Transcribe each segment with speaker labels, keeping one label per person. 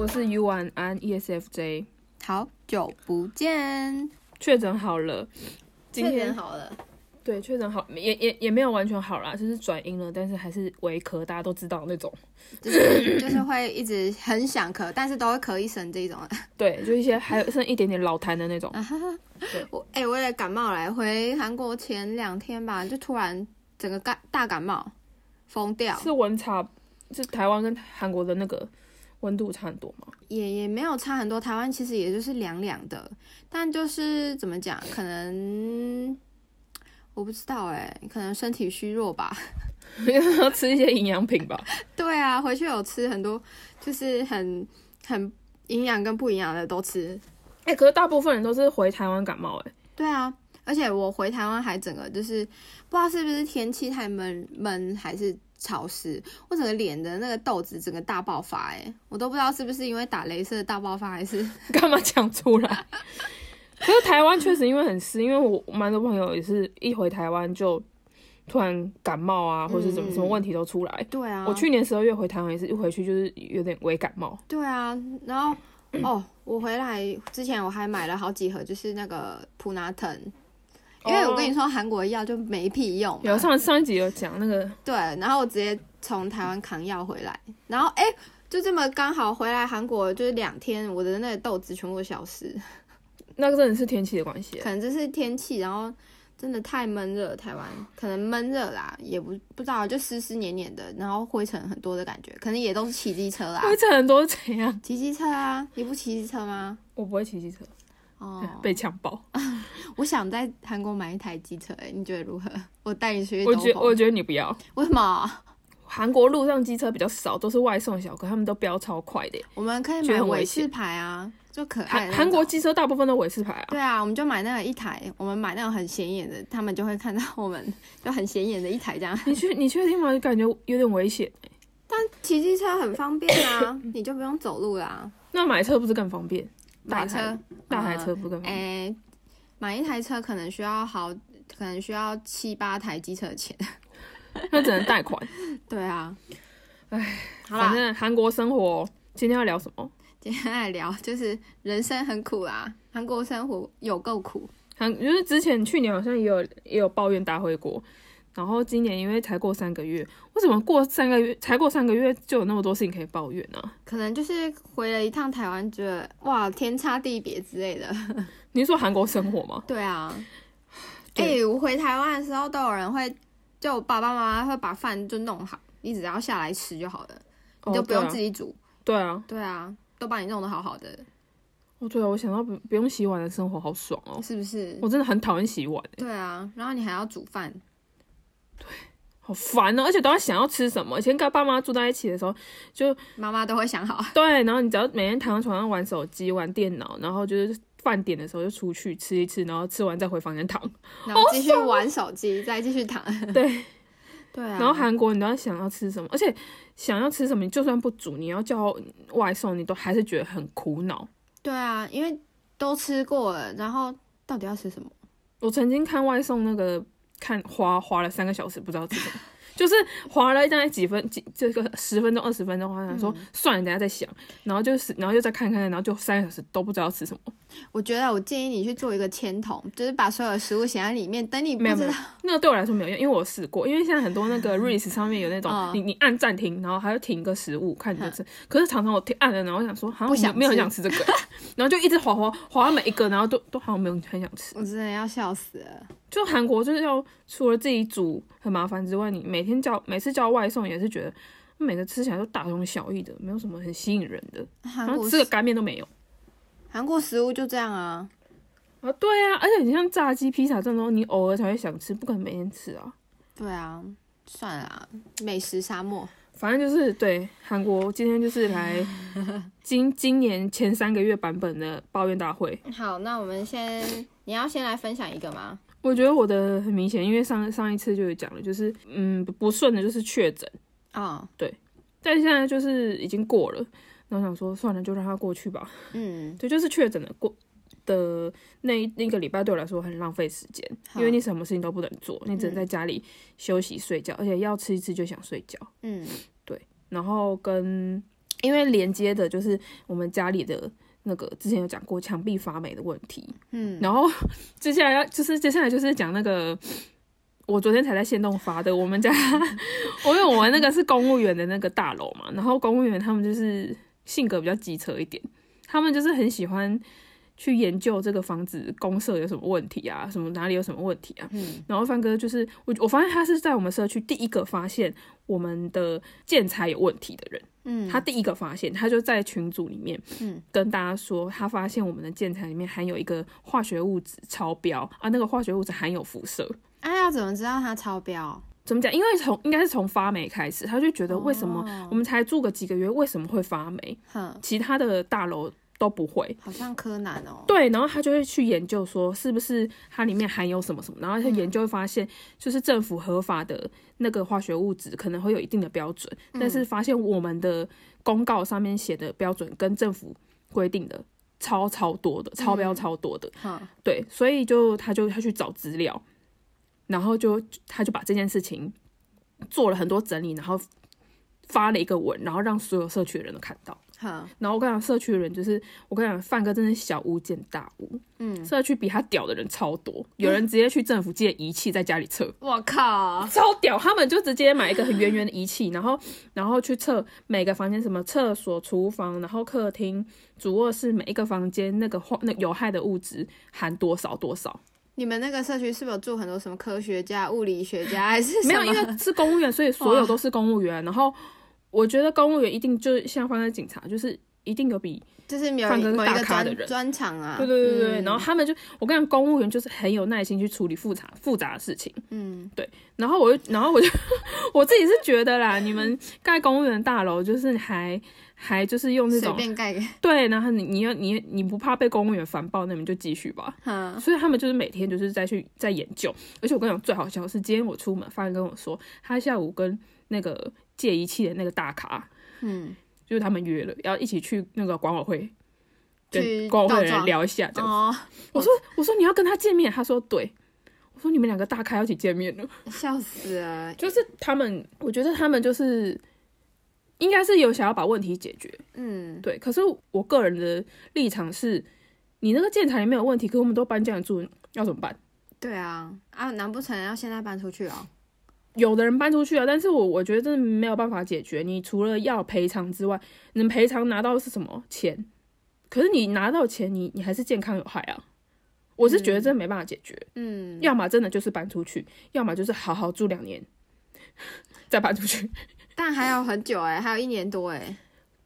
Speaker 1: E
Speaker 2: 是 U 晚安，E ESFJ，
Speaker 1: 好久不见，
Speaker 2: 确诊好了，今
Speaker 3: 确诊
Speaker 2: 天
Speaker 3: 好了，
Speaker 2: 对确诊好，也也也没有完全好啦，就是转阴了，但是还是微咳，大家都知道那种。
Speaker 1: 就是就是会一直很想咳，但是都会咳一声这一种。
Speaker 2: 对，就一些还有剩一点点老痰的那种。
Speaker 1: 我哎、我也感冒来，回韩国前两天吧，就突然整个感大感冒，疯掉，
Speaker 2: 是温差，是台湾跟韩国的那个温度差很多吗？
Speaker 1: 也也没有差很多。台湾其实也就是凉凉的，但就是怎么讲，可能我不知道哎、可能身体虚弱吧。
Speaker 2: 要吃一些营养品吧。
Speaker 1: 对啊，回去有吃很多，就是很很营养跟不营养的都吃。
Speaker 2: 哎、可是大部分人都是回台湾感冒、欸，
Speaker 1: 对啊，而且我回台湾还整个就是不知道是不是天气太闷闷还是潮湿，我整个脸的那个痘子整个大爆发、欸，我都不知道是不是因为打镭射大爆发还是
Speaker 2: 哎， 干嘛讲出来？可是台湾确实因为很湿，因为我蛮多朋友也是一回台湾就突然感冒啊，或是怎么
Speaker 1: 嗯
Speaker 2: 什么问题都出来。
Speaker 1: 对啊，
Speaker 2: 我去年十二月回台湾也是一回去就是有点微感冒，
Speaker 1: 对啊，然后哦，我回来之前我还买了好几盒，就是那个普拿疼，因为我跟你
Speaker 2: 哦
Speaker 1: 说韩国药就没屁用嘛，
Speaker 2: 有上上一集有讲那个
Speaker 1: 对，然后我直接从台湾扛药回来，然后哎、就这么刚好回来韩国就是两天，我的那个痘子全部都消失，
Speaker 2: 那个真的是天气的关系欸，
Speaker 1: 可能这是天气，然后真的太闷热了，台湾可能闷热啦，也不不知道，就湿湿黏黏的，然后灰尘很多的感觉，可能也都是骑机车啦，
Speaker 2: 灰啊尘很多是怎样？
Speaker 1: 骑机车啊，你不骑机车吗？
Speaker 2: 我不会骑机车，
Speaker 1: 哦，
Speaker 2: 被强暴。
Speaker 1: 我想在韩国买一台机车、哎，你觉得如何？我带你去兜
Speaker 2: 我
Speaker 1: 风。
Speaker 2: 觉我觉得你不要，
Speaker 1: 为什么？
Speaker 2: 韩国路上机车比较少，都是外送小哥，他们都飙超快的耶。
Speaker 1: 我们可以
Speaker 2: 觉得
Speaker 1: 买
Speaker 2: 很危
Speaker 1: 尾
Speaker 2: 险
Speaker 1: 式牌啊，就可爱
Speaker 2: 韩
Speaker 1: 的那
Speaker 2: 韩国
Speaker 1: 种
Speaker 2: 机车大部分都尾式牌啊，
Speaker 1: 对啊，我们就买那个一台，我们买那种很显眼的，他们就会看到我们就很显眼的一台这样。
Speaker 2: 你确你确定吗？感觉有点危险。
Speaker 1: 骑机车很方便 啊，你就不用走路啦。
Speaker 2: 那买车不是更方便？
Speaker 1: 买
Speaker 2: 大台
Speaker 1: 车，
Speaker 2: 大台车不是更方便？
Speaker 1: 哎、买一台车可能需要好，可能需要七八台机车的钱。
Speaker 2: 那只能贷款。
Speaker 1: 对啊，
Speaker 2: 唉，
Speaker 1: 好
Speaker 2: 反
Speaker 1: 啦，
Speaker 2: 正韩国生活，今天要聊什么？
Speaker 1: 今天来聊就是人生很苦啦，韩国生活有够苦。
Speaker 2: 韩就是之前去年好像也有也有抱怨大会过，然后今年因为才过三个月，为什么过三个月才过三个月就有那么多事情可以抱怨呢、
Speaker 1: 可能就是回了一趟台湾，觉得哇天差地别之类的。
Speaker 2: 你是说韩国生活吗？
Speaker 1: 对啊，哎、
Speaker 2: 对
Speaker 1: 我回台湾的时候都有人会，就我爸爸妈妈会把饭就弄好，你只要下来吃就好了， 你就不用自己煮。
Speaker 2: 哦对啊，
Speaker 1: 对啊，都把你弄得好好的，
Speaker 2: 哦对啊，我想到不不用洗碗的生活好爽哦，
Speaker 1: 是不是？
Speaker 2: 我真的很讨厌洗碗，
Speaker 1: 对啊，然后你还要煮饭，
Speaker 2: 好烦哦，而且都要想要吃什么。以前跟爸妈住在一起的时候，就
Speaker 1: 妈妈都会想 好。
Speaker 2: 对，然后你只要每天躺在床上玩手机、玩电脑，然后就是饭点的时候就出去吃一吃，然后吃完再回房间躺。
Speaker 1: 然后继续玩手机，再继续躺。
Speaker 2: 对，
Speaker 1: 对啊。
Speaker 2: 然后韩国你都要想要吃什么，而且想要吃什么，你就算不煮，你要叫外送，你都还是觉得很苦恼。
Speaker 1: 对啊，因为都吃过了，然后到底要吃什么？
Speaker 2: 我曾经看外送那个看花花了三个小时，不知道吃什么。 就是划了大概几分几这个十分钟二十分钟，我想说、
Speaker 1: 嗯
Speaker 2: 算了，等一下再想，然后就是然后又再看看，然后就三个小时都不知道吃什么。
Speaker 1: 我觉得我建议你去做一个签筒，就是把所有的食物写在里面，等你不
Speaker 2: 没有没
Speaker 1: 知
Speaker 2: 有
Speaker 1: 道，
Speaker 2: 那个对我来说没有用，因为我试过，因为现在很多那个 Reels 上面有那种，
Speaker 1: 嗯
Speaker 2: 你你按暂停，然后还要停个食物看你就吃。可是常常我停按了，然后我想说好像
Speaker 1: 不想
Speaker 2: 没有没有很
Speaker 1: 吃
Speaker 2: 想吃这个， 然后就一直滑滑滑到每一个，然后都都好像没有很想吃。
Speaker 1: 我真的要笑死了。
Speaker 2: 就韩国就是要除了自己煮很麻烦之外，你每天叫每次叫外送也是觉得每个吃起来都大同小异的，没有什么很吸引人的，然
Speaker 1: 韩
Speaker 2: 后
Speaker 1: 国
Speaker 2: 吃个干面都没有。
Speaker 1: 韩国食物就这样啊，
Speaker 2: 啊，对啊，而且你像炸鸡、披萨这种东西，你偶尔才会想吃，不可能每天吃啊。
Speaker 1: 对啊，算了啊，美食沙漠。
Speaker 2: 反正就是对韩国今天就是来今今年前三个月版本的抱怨大会。
Speaker 1: 好，那我们先，你要先来分享一个吗？
Speaker 2: 我觉得我的很明显，因为上上一次就有讲了，就是嗯不不顺的就是确诊，
Speaker 1: 哦，
Speaker 2: 但现在就是已经过了，然后想说算了，就让它过去吧。
Speaker 1: 嗯，
Speaker 2: 对，就是确诊的过的那一那个礼拜对我来说很浪费时间，
Speaker 1: 好
Speaker 2: 因为你什么事情都不能做，你只能在家里休息睡觉，而且要吃一次就想睡觉。
Speaker 1: 嗯，
Speaker 2: 然后跟因为连接的就是我们家里的那个之前有讲过墙壁发霉的问题，
Speaker 1: 嗯，
Speaker 2: 然后 接下来要就是接下来就是讲那个。我昨天才在线动发的，我们家， 我因为我们那个是公务员的那个大楼嘛，然后公务员他们就是性格比较机车一点，他们就是很喜欢去研究这个房子公社有什么问题啊，什么哪里有什么问题啊，
Speaker 1: 嗯
Speaker 2: 然后范哥就是我，我发现他是在我们社区第一个发现我们的建材有问题的人。
Speaker 1: 嗯，
Speaker 2: 他第一个发现，他就在群组里面，
Speaker 1: 嗯，
Speaker 2: 跟大家说，他发现我们的建材里面含有一个化学物质超标啊，那个化学物质含有辐射。
Speaker 1: 啊要怎么知道它超标？
Speaker 2: 怎么讲？因为从应该是从发霉开始，他就觉得为什么
Speaker 1: 哦
Speaker 2: 我们才住个几个月，为什么会发霉？
Speaker 1: 哼，
Speaker 2: 其他的大楼都不会。
Speaker 1: 好像柯南哦。
Speaker 2: 对，然后他就会去研究说是不是它里面含有什么什么，然后他研究会发现，就是政府合法的那个化学物质可能会有一定的标准，但是发现我们的公告上面写的标准跟政府规定的超超多的，超标超多的，
Speaker 1: 哼，
Speaker 2: 对，所以就他就他去找资料，然后就他就把这件事情做了很多整理，然后发了一个文，然后让所有社区的人都看到。
Speaker 1: 哼，
Speaker 2: 然后我跟你讲，社区的人就是我跟你讲，范哥真的是小巫见大巫。
Speaker 1: 嗯，
Speaker 2: 社区比他屌的人超多，有人直接去政府借仪器在家里测，
Speaker 1: 我靠，
Speaker 2: 超屌！他们就直接买一个很圆圆的仪器，然后然后去测每个房间，什么厕所、厨房，然后客厅、主卧室每一个房间那个化那有害的物质含多少多少。
Speaker 1: 你们那个社区是不是有住很多什么科学家、物理学家，还是
Speaker 2: 没有，
Speaker 1: 什
Speaker 2: 因
Speaker 1: 么
Speaker 2: 为是公务员，所以所有都是公务 员。然后我觉得公务员一定就像放在警察，就是一定有比
Speaker 1: 就是有
Speaker 2: 范哥是
Speaker 1: 某一
Speaker 2: 大
Speaker 1: 个
Speaker 2: 咖的人
Speaker 1: 专专场啊？
Speaker 2: 对对对对，
Speaker 1: 嗯
Speaker 2: 然后他们就，我跟你讲，公务员就是很有耐心去处理复杂复杂的事情。
Speaker 1: 嗯，
Speaker 2: 然后我就，然后我就， 我自己是觉得啦，你们盖公务员大楼就是还还就是用那
Speaker 1: 随
Speaker 2: 种
Speaker 1: 便盖个，
Speaker 2: 对，然后你你要你你不怕被公务员烦爆，那你们就继续吧。
Speaker 1: 哼，
Speaker 2: 所以他们就是每天就是在去在研究，而且我跟你讲最好笑的是，今天我出门，发现跟我说，他下午跟那个借仪器的那个大咖，
Speaker 1: 嗯，
Speaker 2: 就是他们约了要一起去那个管委会，跟
Speaker 1: 去
Speaker 2: 管委会的
Speaker 1: 告
Speaker 2: 人
Speaker 1: 状
Speaker 2: 聊一下这样子。
Speaker 1: 哦，
Speaker 2: 我说我说你要跟他见面，他说对。我说你们两个大咖要一起见面了，
Speaker 1: 笑死了，
Speaker 2: 就是他们，我觉得他们就是应该是有想要把问题解决，
Speaker 1: 嗯，
Speaker 2: 对。可是我个人的立场是，你那个建材也没有问题，可我们都搬家里住，要怎么办？
Speaker 1: 对啊，啊，难不成要现在搬出去哦？
Speaker 2: 有的人搬出去了，但是我我觉得真的没有办法解决。你除了要赔偿之外，能赔偿拿到的是什么钱？可是你拿到钱，你你还是健康有害啊！我是觉得真的没办法解决。
Speaker 1: 嗯，
Speaker 2: 要么真的就是搬出去，要么就是好好住两年， 再搬出去。
Speaker 1: 但还有很久哎、还有一年多哎、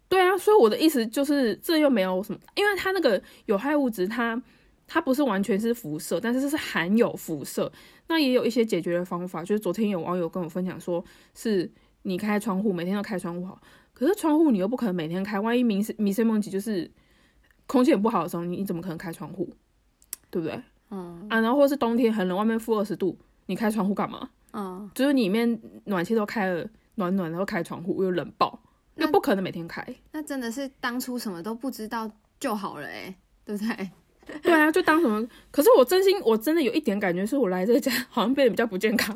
Speaker 2: 对啊，所以我的意思就是，这又没有什么，因为它那个有害物质它，它不是完全是辐射，但是这是含有辐射。那也有一些解决的方法，就是昨天有网友跟我分享说，是你开窗户，每天都开窗户好，可是窗户你又不可能每天开，万一迷迷生梦极就是空气很不好的时候，你你怎么可能开窗户？对不对？
Speaker 1: 嗯
Speaker 2: 啊，然后或是冬天很冷，外面负二十度，你开窗户干嘛？
Speaker 1: 嗯，
Speaker 2: 就是里面暖气都开了，暖暖，然后开窗户又冷爆，
Speaker 1: 那
Speaker 2: 又不可能每天开。
Speaker 1: 那真的是当初什么都不知道就好了哎、对不对？
Speaker 2: 对啊，就当什么？可是我真心，我真的有一点感觉，是我来这个家 好像变得比较不健康，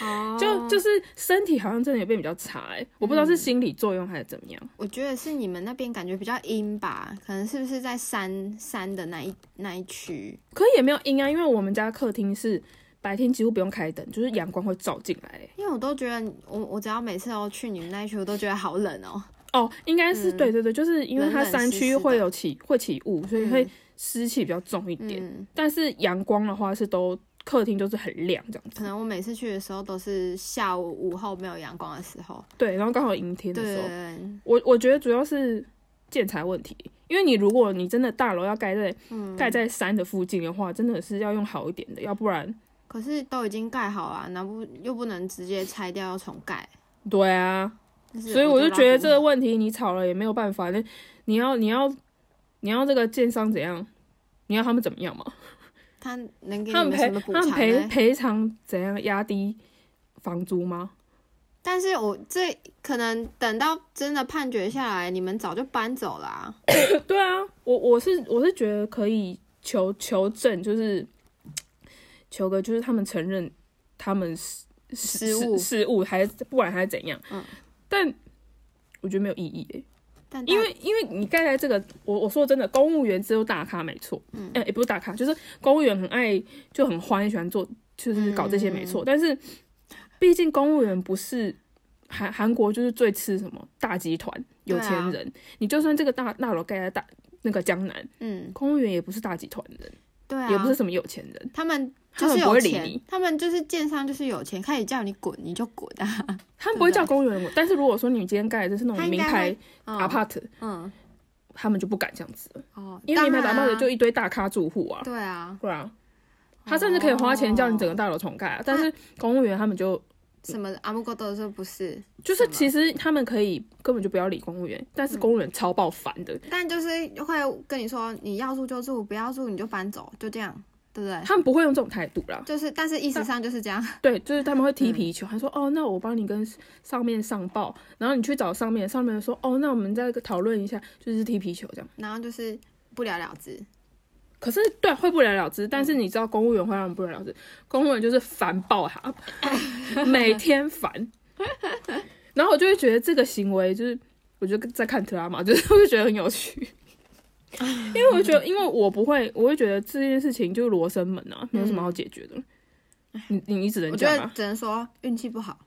Speaker 1: 哦嗯
Speaker 2: 就就是身体好像真的有变比较差、欸。我不知道是心理作用还是怎么样。
Speaker 1: 我觉得是你们那边感觉比较阴吧，可能是不是在山山的那一那一区？
Speaker 2: 可也没有阴啊，因为我们家客厅是白天几乎不用开灯，就是阳光会照进来、欸
Speaker 1: 因为我都觉得我我只要每次都去你们那一区，我都觉得好冷哦。
Speaker 2: 哦，应该是、对对对，就是因为它
Speaker 1: 嗯冷冷
Speaker 2: 山
Speaker 1: 湿湿
Speaker 2: 区
Speaker 1: 的
Speaker 2: 会有起会起雾，所以会湿气比较重一点。
Speaker 1: 嗯，
Speaker 2: 但是阳光的话是都客厅都是很亮这样子
Speaker 1: 可。能我每次去的时候都是下午午后没有阳光的时候。
Speaker 2: 对，然后刚好阴天的
Speaker 1: 对对
Speaker 2: 时候，
Speaker 1: 对，
Speaker 2: 我我觉得主要是建材问题，因为你如果你真的大楼要盖在、
Speaker 1: 嗯
Speaker 2: 盖在山的附近的话，真的是要用好一点的，要不然，
Speaker 1: 可是都已经盖好了，那不又不能直接拆掉又重盖。
Speaker 2: 对啊，
Speaker 1: 但是
Speaker 2: 所以我就
Speaker 1: 拉
Speaker 2: 觉得
Speaker 1: 不
Speaker 2: 这个问题你吵了也没有办法，那你要你要你要这个建商怎样，你要他们怎么样嘛？
Speaker 1: 他能给
Speaker 2: 他
Speaker 1: 你们
Speaker 2: 们赔
Speaker 1: 什么补
Speaker 2: 他们
Speaker 1: 偿
Speaker 2: 赔
Speaker 1: 呢？
Speaker 2: 赔偿怎样压低房租吗？
Speaker 1: 但是我这可能等到真的判决下来，你们早就搬走啦、
Speaker 2: 对啊，我我是我是觉得可以求求证，就是求个就是他们承认他们失
Speaker 1: 失误
Speaker 2: 失误，还是不管还是怎样。
Speaker 1: 嗯，
Speaker 2: 但我觉得没有意义、欸，
Speaker 1: 但大
Speaker 2: 因为因为你盖在这个，我我说真的，公务员只有打卡没错，嗯，也、不是打卡，就是公务员很爱就很欢，喜欢做，就是搞这些没
Speaker 1: 嗯
Speaker 2: 错。但是毕竟公务员不是韩韩国就是最吃什么大集团
Speaker 1: 啊
Speaker 2: 有钱人，你就算这个大大楼盖在大那个江南，
Speaker 1: 嗯，
Speaker 2: 公务员也不是大集团人，
Speaker 1: 对啊，
Speaker 2: 也不是什么有钱人，
Speaker 1: 他们
Speaker 2: 他
Speaker 1: 就
Speaker 2: 们
Speaker 1: 是
Speaker 2: 不会
Speaker 1: 有
Speaker 2: 理
Speaker 1: 钱
Speaker 2: 你，
Speaker 1: 他们就是建商就是有钱，开始叫你滚你就滚 啊，
Speaker 2: 他们不会叫公务员。但是如果说你今天盖的就是那
Speaker 1: 他
Speaker 2: 种
Speaker 1: 应
Speaker 2: 名
Speaker 1: 该
Speaker 2: 牌
Speaker 1: 会嗯
Speaker 2: apart，、
Speaker 1: 嗯
Speaker 2: 他们就不敢这样子了，
Speaker 1: 哦，
Speaker 2: 因为名牌
Speaker 1: 当然
Speaker 2: apart
Speaker 1: 啊
Speaker 2: 就一堆大咖住户啊，
Speaker 1: 对啊，
Speaker 2: 对啊。他甚至可以花钱叫你整个大楼重盖、啊，但是公务员他们就
Speaker 1: 什么阿木哥都说不是，
Speaker 2: 就是其实他们可以根本就不要理公务员，但是
Speaker 1: 嗯
Speaker 2: 公务员超爆烦的，
Speaker 1: 但就是会跟你说你要住就住，不要住你就搬走，就这样，对不对？
Speaker 2: 他们不会用这种态度啦。
Speaker 1: 就是，但是意识上就是这样，
Speaker 2: 对，就是他们会
Speaker 1: 嗯
Speaker 2: 踢皮球，他说哦，那我帮你跟上面上报，然后你去找上面，上面说哦，那我们再讨论一下，就是踢皮球这样。
Speaker 1: 然后就是不了了之。
Speaker 2: 可是对啊，会不了了
Speaker 1: 嗯
Speaker 2: 之，但是你知道公务员会让人不了了之，公务员就是烦爆他， 每天烦。然后我就会觉得这个行为就是，我就在看特拉玛，就是会觉得很有趣。因为我觉 得，因为我不会，我会觉得这件事情就是罗生门啊，没有什么好解决的。你你你只能
Speaker 1: 嗯我
Speaker 2: 这
Speaker 1: 觉
Speaker 2: 样
Speaker 1: 得
Speaker 2: 啊。
Speaker 1: 只能说运气不好，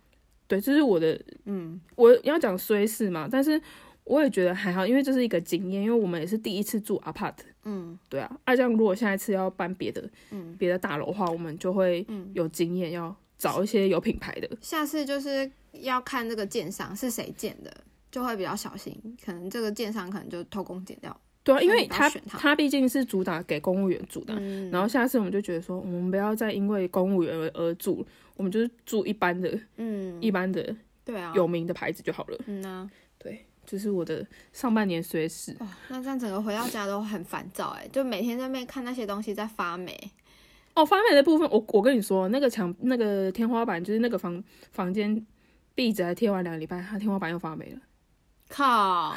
Speaker 2: 对，这是我的，
Speaker 1: 嗯，
Speaker 2: 我要讲虽是嘛，但是我也觉得还好，因为这是一个经验，因为我们也是第一次住 apart。
Speaker 1: 嗯
Speaker 2: 对啊，啊这样如果下一次要搬别的
Speaker 1: 嗯，
Speaker 2: 别的大楼的话，我们就会
Speaker 1: 嗯
Speaker 2: 有经验，要找一些有品牌的。
Speaker 1: 下次就是要看这个建商是谁建的，就会比较小心，可能这个建商可能就偷工减料，
Speaker 2: 对啊，因
Speaker 1: 那
Speaker 2: 为
Speaker 1: 你不要
Speaker 2: 它
Speaker 1: 选它
Speaker 2: 它毕竟是主打给公务员住的啊，
Speaker 1: 嗯，
Speaker 2: 然后下次我们就觉得说，我们不要再因为公务员而而住，我们就是住一般的、
Speaker 1: 嗯，
Speaker 2: 一般的
Speaker 1: 对啊，
Speaker 2: 有名的牌子就好了。
Speaker 1: 嗯呐、
Speaker 2: 对，就是我的上半年随时
Speaker 1: 哦，那这样整个回到家都很烦躁哎、就每天在那边看那些东西在发霉，
Speaker 2: 哦，发霉的部分，我我跟你说，那个墙、那个天花板，就是那个房房间壁纸，还贴完两个礼拜，它天花板又发霉了。
Speaker 1: 靠，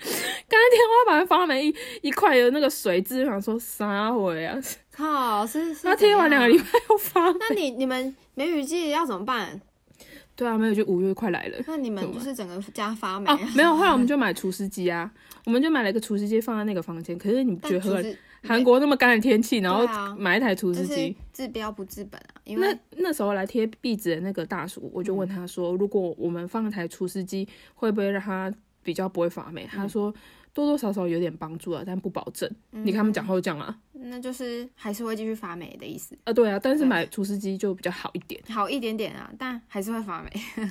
Speaker 2: 刚才天花板发霉一一块的那个水渍，想说啥回啊？
Speaker 1: 靠，是 是
Speaker 2: 它贴完
Speaker 1: 怎
Speaker 2: 两
Speaker 1: 样
Speaker 2: 个礼拜又发霉。
Speaker 1: 那你你们梅雨季要怎么办？
Speaker 2: 对啊，没有，就五月快来了。
Speaker 1: 那你们就是整个家发霉
Speaker 2: 啊，没有，后来我们就买除湿机啊，我们就买了一个除湿机放在那个房间。可是你不觉
Speaker 1: 但就
Speaker 2: 得和
Speaker 1: 是
Speaker 2: 韩国那么干的天气，然后
Speaker 1: 对啊
Speaker 2: 买一台除
Speaker 1: 就
Speaker 2: 湿
Speaker 1: 是
Speaker 2: 机？
Speaker 1: 治标不治本啊，因
Speaker 2: 那
Speaker 1: 为
Speaker 2: 那时候来贴壁纸的那个大叔，我就问他说，如果我们放一台除湿机，会不会让它比较不会发霉？他说多多少少有点帮助啊，但不保证。你看他们讲话就这样啊，
Speaker 1: 那就是还是会继续发霉的意思，
Speaker 2: 啊对啊，但是
Speaker 1: 对
Speaker 2: 买除湿机就比较好一点。
Speaker 1: 好一点点啊，但还是会发霉。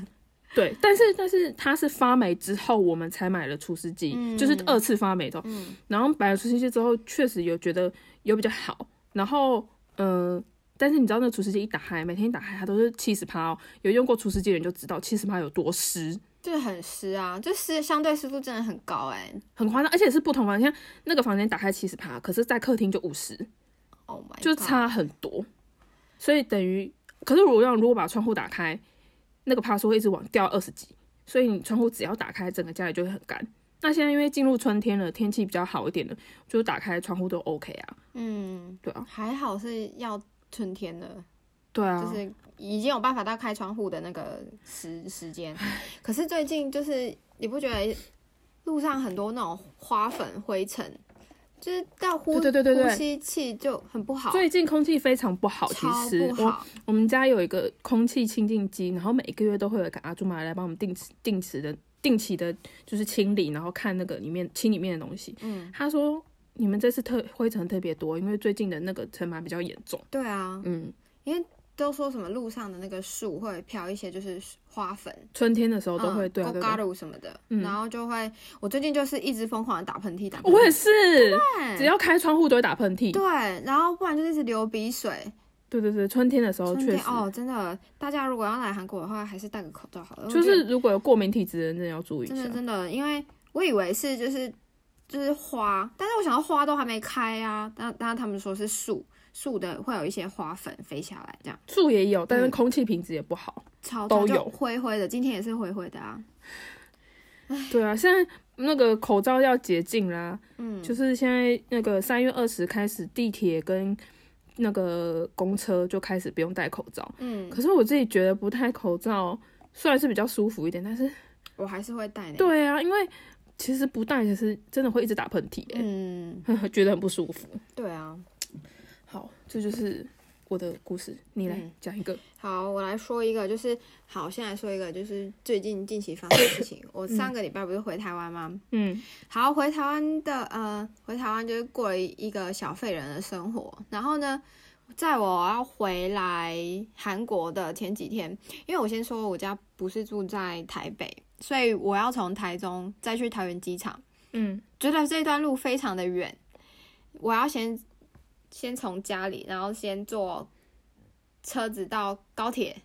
Speaker 2: 对，但是但是它是发霉之后我们才买了除湿机，
Speaker 1: 嗯
Speaker 2: 就是二次发霉的。哦
Speaker 1: 嗯
Speaker 2: 然后买了除湿机之后，确实有觉得有比较好。然后嗯、呃但是你知道那除湿机一打开，每天一打开它都是七十帕哦。有用过除湿机的人就知道七十帕有多湿，
Speaker 1: 就是很湿啊，就湿相对湿度真的很高哎、
Speaker 2: 很夸张，而且是不同房间，那个房间打开七十帕，可是在客厅就五十，
Speaker 1: Oh my，
Speaker 2: 就
Speaker 1: god
Speaker 2: 差很多。所以等于，可是如果让如果把窗户打开，那个帕数会一直往掉二十几，所以你窗户只要打开，整个家里就会很干。那现在因为进入春天了，天气比较好一点的，就打开窗户都 OK 啊。
Speaker 1: 嗯，
Speaker 2: 对啊，
Speaker 1: 还好是要春天了，
Speaker 2: 对啊，
Speaker 1: 就是已经有办法到开窗户的那个时时 间。可是最近就是你不觉得路上很多那种花粉灰尘，就是到呼
Speaker 2: 对对对对对
Speaker 1: 呼吸器就很不好，
Speaker 2: 最近空气非常不好，其
Speaker 1: 超
Speaker 2: 实
Speaker 1: 不
Speaker 2: 我
Speaker 1: 好。
Speaker 2: 我们家有一个空气清净机，然后每一个月都会有一个阿朱玛来帮我们定时定时的定期的，就是清理，然后看那个里面清里面的东西。
Speaker 1: 嗯，
Speaker 2: 他说你们这次特灰尘特别多，因为最近的那个尘螨比较严重。
Speaker 1: 对啊，
Speaker 2: 嗯，
Speaker 1: 都说什么路上的那个树会飘一些就是花粉，
Speaker 2: 春天的时候都会、
Speaker 1: 嗯、
Speaker 2: 对啊
Speaker 1: g
Speaker 2: 对
Speaker 1: o
Speaker 2: 啊
Speaker 1: g 什么的，
Speaker 2: 嗯
Speaker 1: 然后就会，我最近就是一直疯狂的打喷嚏，打喷嚏
Speaker 2: 我也是，
Speaker 1: 对
Speaker 2: 只要开窗户都会打喷嚏。
Speaker 1: 对，然后不然就是一直流鼻水。
Speaker 2: 对对对，春天的时候
Speaker 1: 春
Speaker 2: 确
Speaker 1: 天
Speaker 2: 实，
Speaker 1: 哦，真的，大家如果要来韩国的话，还是戴个口罩好了。
Speaker 2: 就
Speaker 1: 我
Speaker 2: 是
Speaker 1: 觉
Speaker 2: 如果有过敏体质的人，真的要注
Speaker 1: 得
Speaker 2: 意一
Speaker 1: 真的
Speaker 2: 下。
Speaker 1: 真的，因为我以为是就是就是花，但是我想到花都还没开啊，但但他们说是树树的会有一些花粉飞下来，这样
Speaker 2: 树也有，但是空气品质也不好。
Speaker 1: 超
Speaker 2: 都
Speaker 1: 就
Speaker 2: 有
Speaker 1: 灰灰的，今天也是灰灰的啊。
Speaker 2: 对啊，现在那个口罩要解禁啦，
Speaker 1: 嗯，
Speaker 2: 就是现在那个三月二十开始，地铁跟那个公车就开始不用戴口罩。
Speaker 1: 嗯，
Speaker 2: 可是我自己觉得不戴口罩虽然是比较舒服一点，但是
Speaker 1: 我还是会戴那个。
Speaker 2: 对啊，因为其实不戴其实真的会一直打喷嚏、欸，
Speaker 1: 嗯，
Speaker 2: 觉得很不舒服。
Speaker 1: 对啊。
Speaker 2: 好，这就是我的故事，你来
Speaker 1: 嗯
Speaker 2: 讲一个。
Speaker 1: 好，我来说一个，就是好，先来说一个，就是最近近期发生的事情。我上个礼拜不是回台湾吗？
Speaker 2: 嗯
Speaker 1: 好，回台湾的呃，回台湾就是过了一个小废人的生活。然后呢，在我要回来韩国的前几天，因为我先说我家不是住在台北，所以我要从台中再去桃园机场，
Speaker 2: 嗯
Speaker 1: 觉得这段路非常的远，我要先先从家里，然后先坐车子到高铁，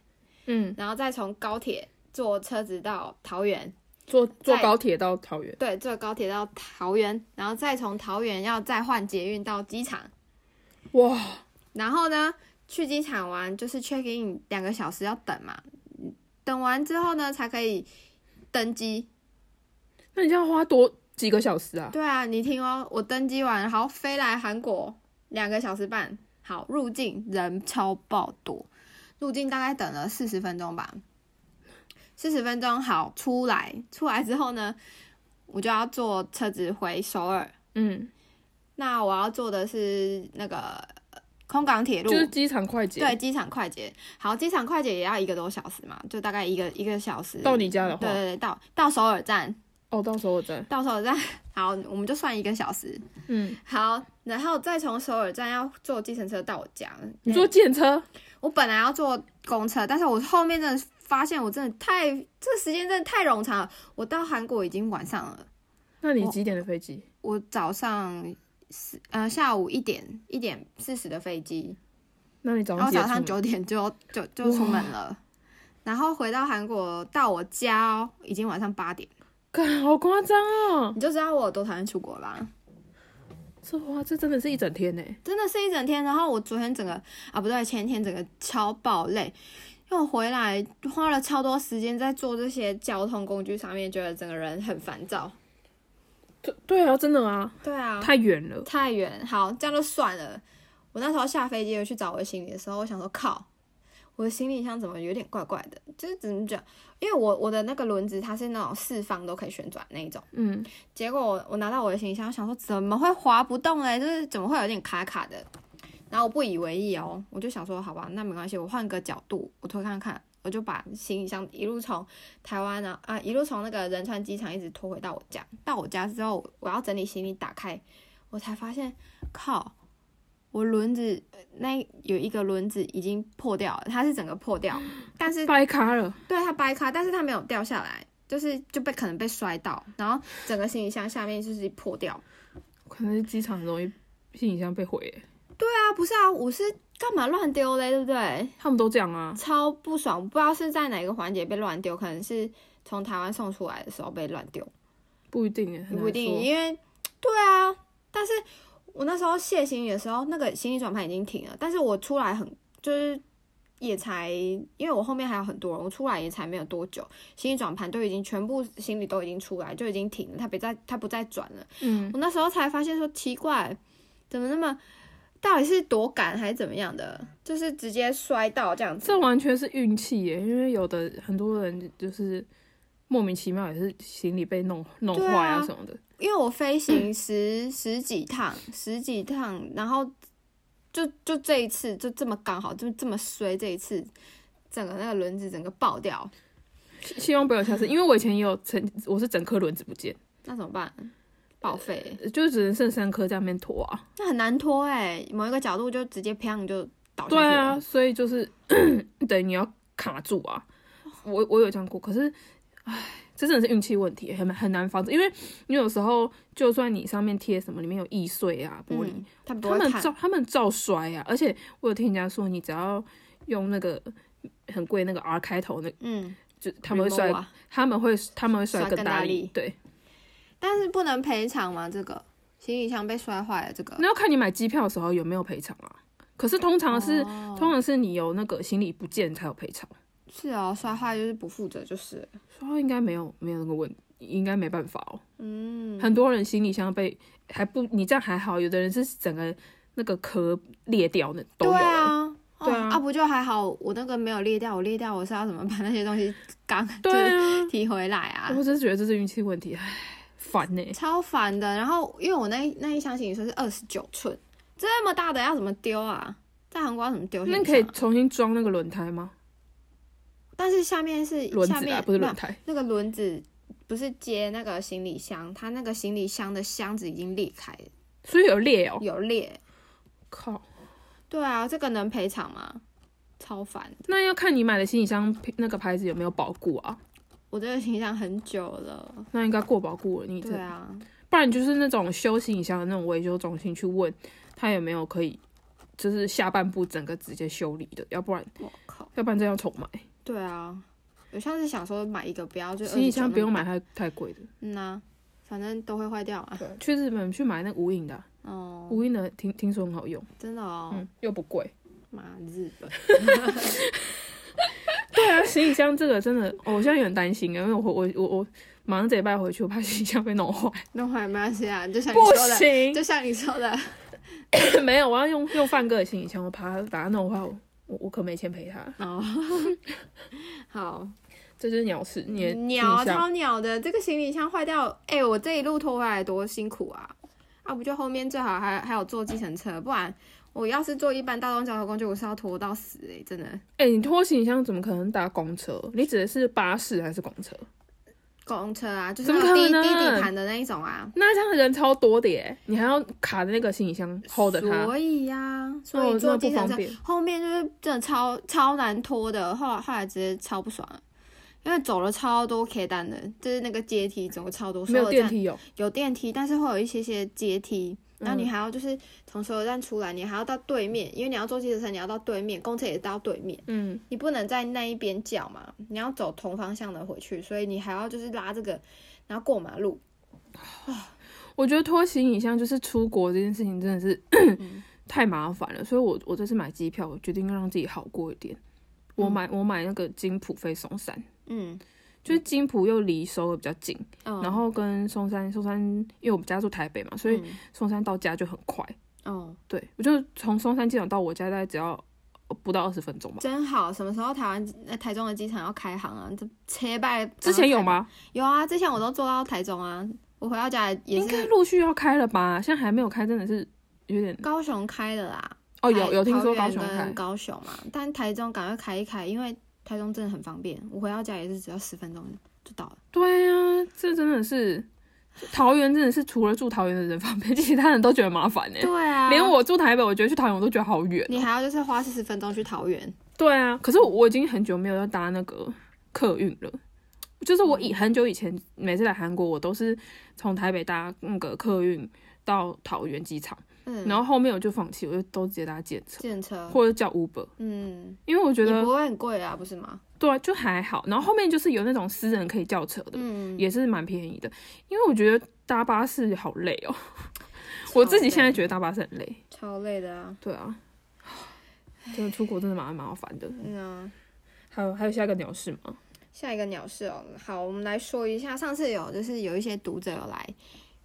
Speaker 2: 嗯，
Speaker 1: 然后再从高铁坐车子到桃园，
Speaker 2: 坐坐
Speaker 1: 在
Speaker 2: 高铁到桃园。
Speaker 1: 对，坐高铁到桃园，然后再从桃园要再换捷运到机场，
Speaker 2: 哇，
Speaker 1: 然后呢，去机场玩就是 check in 两个小时要等嘛，嗯等完之后呢才可以登机。
Speaker 2: 那你这样花多几个小时啊？
Speaker 1: 对啊，你听哦，我登机完，好飞来韩国两个小时半，好入境人超爆多，入境大概等了四十分钟吧，四十分钟好出来，出来之后呢，我就要坐车子回首尔。
Speaker 2: 嗯，
Speaker 1: 那我要坐的是那个呃空港铁路，
Speaker 2: 就是机场快捷。
Speaker 1: 对，机场快捷。好，机场快捷也要一个多小时嘛，就大概一个一个小时。
Speaker 2: 到你家的话
Speaker 1: 对对对，到到首尔站，
Speaker 2: 哦，到时候我再。
Speaker 1: 到首尔站，好，我们就算一个小时。
Speaker 2: 嗯，
Speaker 1: 好，然后再从首尔站要坐计程车到我家。嗯
Speaker 2: 你坐电车，
Speaker 1: 我本来要坐公车，但是我后面真的发现我真的太这个时间真的太冗长了。我到韩国已经晚上了，
Speaker 2: 那你
Speaker 1: 我
Speaker 2: 几点的飞机？
Speaker 1: 我早上四呃下午一点一点四十的飞机，
Speaker 2: 那你早
Speaker 1: 然后
Speaker 2: 上几点
Speaker 1: 早上
Speaker 2: 出
Speaker 1: 九
Speaker 2: 门
Speaker 1: 点就就就出门了，然后回到韩国到我家、哦、已经晚上八点，
Speaker 2: 干好夸张哦！
Speaker 1: 你就知道我有多讨厌出国吧？
Speaker 2: 这哇，这真的是一整天呢。
Speaker 1: 真的是一整天。然后我昨天整个啊不对，前天整个超爆累，因为我回来花了超多时间在做这些交通工具上面，觉得整个人很烦躁。
Speaker 2: 对对啊，真的啊，
Speaker 1: 对啊，
Speaker 2: 太远了。
Speaker 1: 太远，好，这样就算了。我那时候下飞机我去找我的行李的时候，我想说靠，我的行李箱怎么有点怪怪的？就是怎么讲？因为我我的那个轮子它是那种四方都可以旋转那一种，
Speaker 2: 嗯，
Speaker 1: 结果我我拿到我的行李箱，我想说怎么会滑不动嘞？就是怎么会有点卡卡的？然后我不以为意哦，我就想说好吧，那没关系，我换个角度，我推看看。我就把行李箱一路从台湾啊啊一路从那个仁川机场一直拖回到我家。到我家之后，我要整理行李，打开我才发现，靠，我轮子那有一个轮子已经破掉了，它是整个破掉，但是
Speaker 2: 掰咖了。
Speaker 1: 对，它掰开，但是它没有掉下来，就是就被可能被摔到，然后整个行李箱下面就是破掉。
Speaker 2: 可能是机场容易行李箱被毁耶，
Speaker 1: 对啊，不是啊，我是干嘛乱丢嘞，对不对？
Speaker 2: 他们都这样啊。
Speaker 1: 超不爽，不知道是在哪个环节被乱丢，可能是从台湾送出来的时候被乱丢，
Speaker 2: 不一定耶，欸很难
Speaker 1: 不一定，
Speaker 2: 说
Speaker 1: 因为对啊，但是我那时候卸行李的时候，那个行李转盘已经停了，但是我出来很就是。也才，因为我后面还有很多人，我出来也才没有多久，行李转盘都已经全部行李都已经出来，就已经停了，它别再它不再转了。
Speaker 2: 嗯，
Speaker 1: 我那时候才发现说奇怪，怎么那么到底是多赶还是怎么样的，就是直接摔到这样子。
Speaker 2: 这完全是运气耶，因为有的很多人就是莫名其妙也是行李被弄弄
Speaker 1: 对啊
Speaker 2: 坏啊什么的。
Speaker 1: 因为我飞行十十几趟，十几趟，然后就就这一次就这么刚好，就这么衰，这一次整个那个轮子整个爆掉，
Speaker 2: 希希望不要有下次，因为我以前也有曾我是整颗轮子不见，
Speaker 1: 那怎么办？报废，
Speaker 2: 就只能剩三颗在那边拖啊。
Speaker 1: 那很难拖哎、某一个角度就直接砰就倒下去
Speaker 2: 对
Speaker 1: 了
Speaker 2: 啊，，所以就是 等于你要卡住啊。我我有这样过，可是，唉，这真的是运气问题，很很难防止。因为你有时候就算你上面贴什么，里面有易碎啊、玻璃，
Speaker 1: 嗯，它不
Speaker 2: 他
Speaker 1: 会
Speaker 2: 们
Speaker 1: 弹，
Speaker 2: 照他们照摔啊。而且我有听人家说，你只要用那个很贵那个 R 开头那，
Speaker 1: 嗯，
Speaker 2: 就他们会摔
Speaker 1: remote，啊，
Speaker 2: 他们会他们会
Speaker 1: 摔
Speaker 2: 摔更
Speaker 1: 更
Speaker 2: 大
Speaker 1: 大
Speaker 2: 力
Speaker 1: 力。
Speaker 2: 对，
Speaker 1: 但是不能赔偿吗？这个行李箱被摔坏了，这个
Speaker 2: 那要看你买机票的时候有没有赔偿啊。可是通常是、
Speaker 1: 哦
Speaker 2: 通常是你有那个行李不见才有赔偿。
Speaker 1: 是哦，摔坏就是不负责，就是了
Speaker 2: 说应该没有没有那个问，应该没办法哦。
Speaker 1: 嗯，
Speaker 2: 很多人行李箱被还不你这样还好，有的人是整个那个壳裂掉的
Speaker 1: 对
Speaker 2: 都有欸、
Speaker 1: 啊，
Speaker 2: 对啊
Speaker 1: 哦啊，不就还好，我那个没有裂掉，我裂掉我是要怎么把那些东西刚就
Speaker 2: 对
Speaker 1: 是
Speaker 2: 啊，
Speaker 1: 提回来啊？
Speaker 2: 我真是觉得这是运气问题，唉，烦欸呢、
Speaker 1: 超烦的。然后因为我那那一箱行李车是二十九寸，这么大的要怎么丢啊？在韩国要怎么丢？
Speaker 2: 那你可以，重新装那个轮胎吗？
Speaker 1: 但是下面是
Speaker 2: 轮
Speaker 1: 下
Speaker 2: 子啊，
Speaker 1: 面
Speaker 2: 不是
Speaker 1: 没有
Speaker 2: 轮胎。
Speaker 1: 那个轮子不是接那个行李箱，它那个行李箱的箱子已经裂开了，
Speaker 2: 所以有裂哦、
Speaker 1: 有裂。
Speaker 2: 靠，
Speaker 1: 对啊，这个能赔偿吗？超烦！
Speaker 2: 那要看你买的行李箱那个牌子有没有保固啊？
Speaker 1: 我这个行李箱很久了。
Speaker 2: 那应该过保固了，你这
Speaker 1: 对啊，
Speaker 2: 不然就是那种修行一下的那种维修中心去问他有没有可以，就是下半部整个直接修理的，要不然
Speaker 1: 我靠。
Speaker 2: 要不然这样重买。
Speaker 1: 对啊，我上次想说买一个不要就
Speaker 2: 行李箱
Speaker 1: 29
Speaker 2: 不用买太太贵的，
Speaker 1: 嗯呐、反正都会坏掉啊。
Speaker 2: 去日本去买那个无印的啊、
Speaker 1: 哦，
Speaker 2: 无印的听听说很好用，
Speaker 1: 真的哦，
Speaker 2: 嗯，又不贵。
Speaker 1: 妈日本。
Speaker 2: 对啊，行李箱这个 真的，哦我现在有点担心啊，因为我我我我马上这礼拜回去，我怕行李箱被 弄坏。
Speaker 1: 那坏没关系啊，就像你
Speaker 2: 不
Speaker 1: 说的，
Speaker 2: 行，
Speaker 1: 就像你说的，
Speaker 2: 没有，我要用用范哥的行李箱，我怕他把它弄坏，我我我可没钱赔他。
Speaker 1: 哦，好，
Speaker 2: 这就是鸟事，你的行李
Speaker 1: 鸟
Speaker 2: 箱
Speaker 1: 超鸟的，这个行李箱坏掉，哎、我这一路拖回来多辛苦啊！啊，不就后面最好还还有坐计程车，不然我要是坐一般大众交通工具，我是要拖到死哎、真的。
Speaker 2: 哎、你拖行李箱怎么可能搭公车？你指的是巴士还是公车？
Speaker 1: 公车啊，就是
Speaker 2: 怎么
Speaker 1: 那种低
Speaker 2: 可能
Speaker 1: 低底盘的那一种啊，
Speaker 2: 那这样的人超多的耶，你还要卡着那个行李箱 hold 着它，
Speaker 1: 所以呀、所
Speaker 2: 哦
Speaker 1: 以
Speaker 2: 真
Speaker 1: 坐
Speaker 2: 的不
Speaker 1: 计程
Speaker 2: 方
Speaker 1: 车
Speaker 2: 便。
Speaker 1: 后面就是真的超超难拖的，后来后来直接超不爽了，因为走了超多 K 单的，就是那个阶梯总共超多，
Speaker 2: 没有
Speaker 1: 所
Speaker 2: 电
Speaker 1: 站
Speaker 2: 梯嗯哦，
Speaker 1: 有电梯，但是会有一些些阶梯，然后你还要就是从所有站出来，你还要到对面，因为你要坐计程车，你要到对面，公车也到对面，
Speaker 2: 嗯，
Speaker 1: 你不能在那一边叫嘛，你要走同方向的回去，所以你还要就是拉这个，然后过马路，
Speaker 2: 我觉得拖行李箱就是出国这件事情真的是
Speaker 1: 嗯
Speaker 2: 太麻烦了，所以我我这次买机票，我决定要让自己好过一点。我买、我买那个金浦飞松山，
Speaker 1: 嗯，
Speaker 2: 就是金浦又离首尔比较近，
Speaker 1: 哦
Speaker 2: 然后跟松山松山，因为我们家住台北嘛，所以
Speaker 1: 嗯
Speaker 2: 松山到家就很快。
Speaker 1: 哦，
Speaker 2: 对我就从松山机场到我家大概只要呃不到二十分钟吧。
Speaker 1: 真好，什么时候台湾呃台中的机场要开航啊？这车拜
Speaker 2: 之前有？吗？
Speaker 1: 有啊，之前我都坐到台中啊，我回到家也
Speaker 2: 应该
Speaker 1: 是
Speaker 2: 陆续要开了吧？现在还没有开，真的是有点
Speaker 1: 高雄开的啦。
Speaker 2: 哦，
Speaker 1: 台
Speaker 2: 有有听说
Speaker 1: 桃
Speaker 2: 高
Speaker 1: 园
Speaker 2: 雄开
Speaker 1: 跟，高雄嘛，但台中赶快开一开，因为台中真的很方便，我回到家也是只要十分钟就到 了。
Speaker 2: 对啊，这真的是桃园，真的是除了住桃园的人方便，其他人都觉得麻烦呢、
Speaker 1: 对啊
Speaker 2: 连我住台北，我觉得去桃园我都觉得好远。
Speaker 1: 你还要就是花四十分钟去桃 园，
Speaker 2: 对啊，可是我我已经很久没有要搭那个客运了。就是我以很久以前每次来韩国，我都是从台北搭那个客运到桃园机场，
Speaker 1: 嗯，
Speaker 2: 然后后面我就放弃，我就都直接搭捷车
Speaker 1: 计程车，
Speaker 2: 或者叫 Uber，
Speaker 1: 嗯，
Speaker 2: 因为我觉
Speaker 1: 也
Speaker 2: 得
Speaker 1: 不会很贵啊，不是吗？
Speaker 2: 对啊，就还好。然后后面就是有那种私人可以叫车的，
Speaker 1: 嗯，
Speaker 2: 也是蛮便宜的。因为我觉得搭巴士好累哦， 我
Speaker 1: 哦
Speaker 2: 自己现在觉得搭巴士很累。
Speaker 1: 超累的啊，
Speaker 2: 对啊，真的出国真的蛮麻烦的。
Speaker 1: 嗯啊。
Speaker 2: 还有还有下一个鸟事吗？
Speaker 1: 下一个鸟事哦，好，我们来说一下，上次有就是有一些读者有来，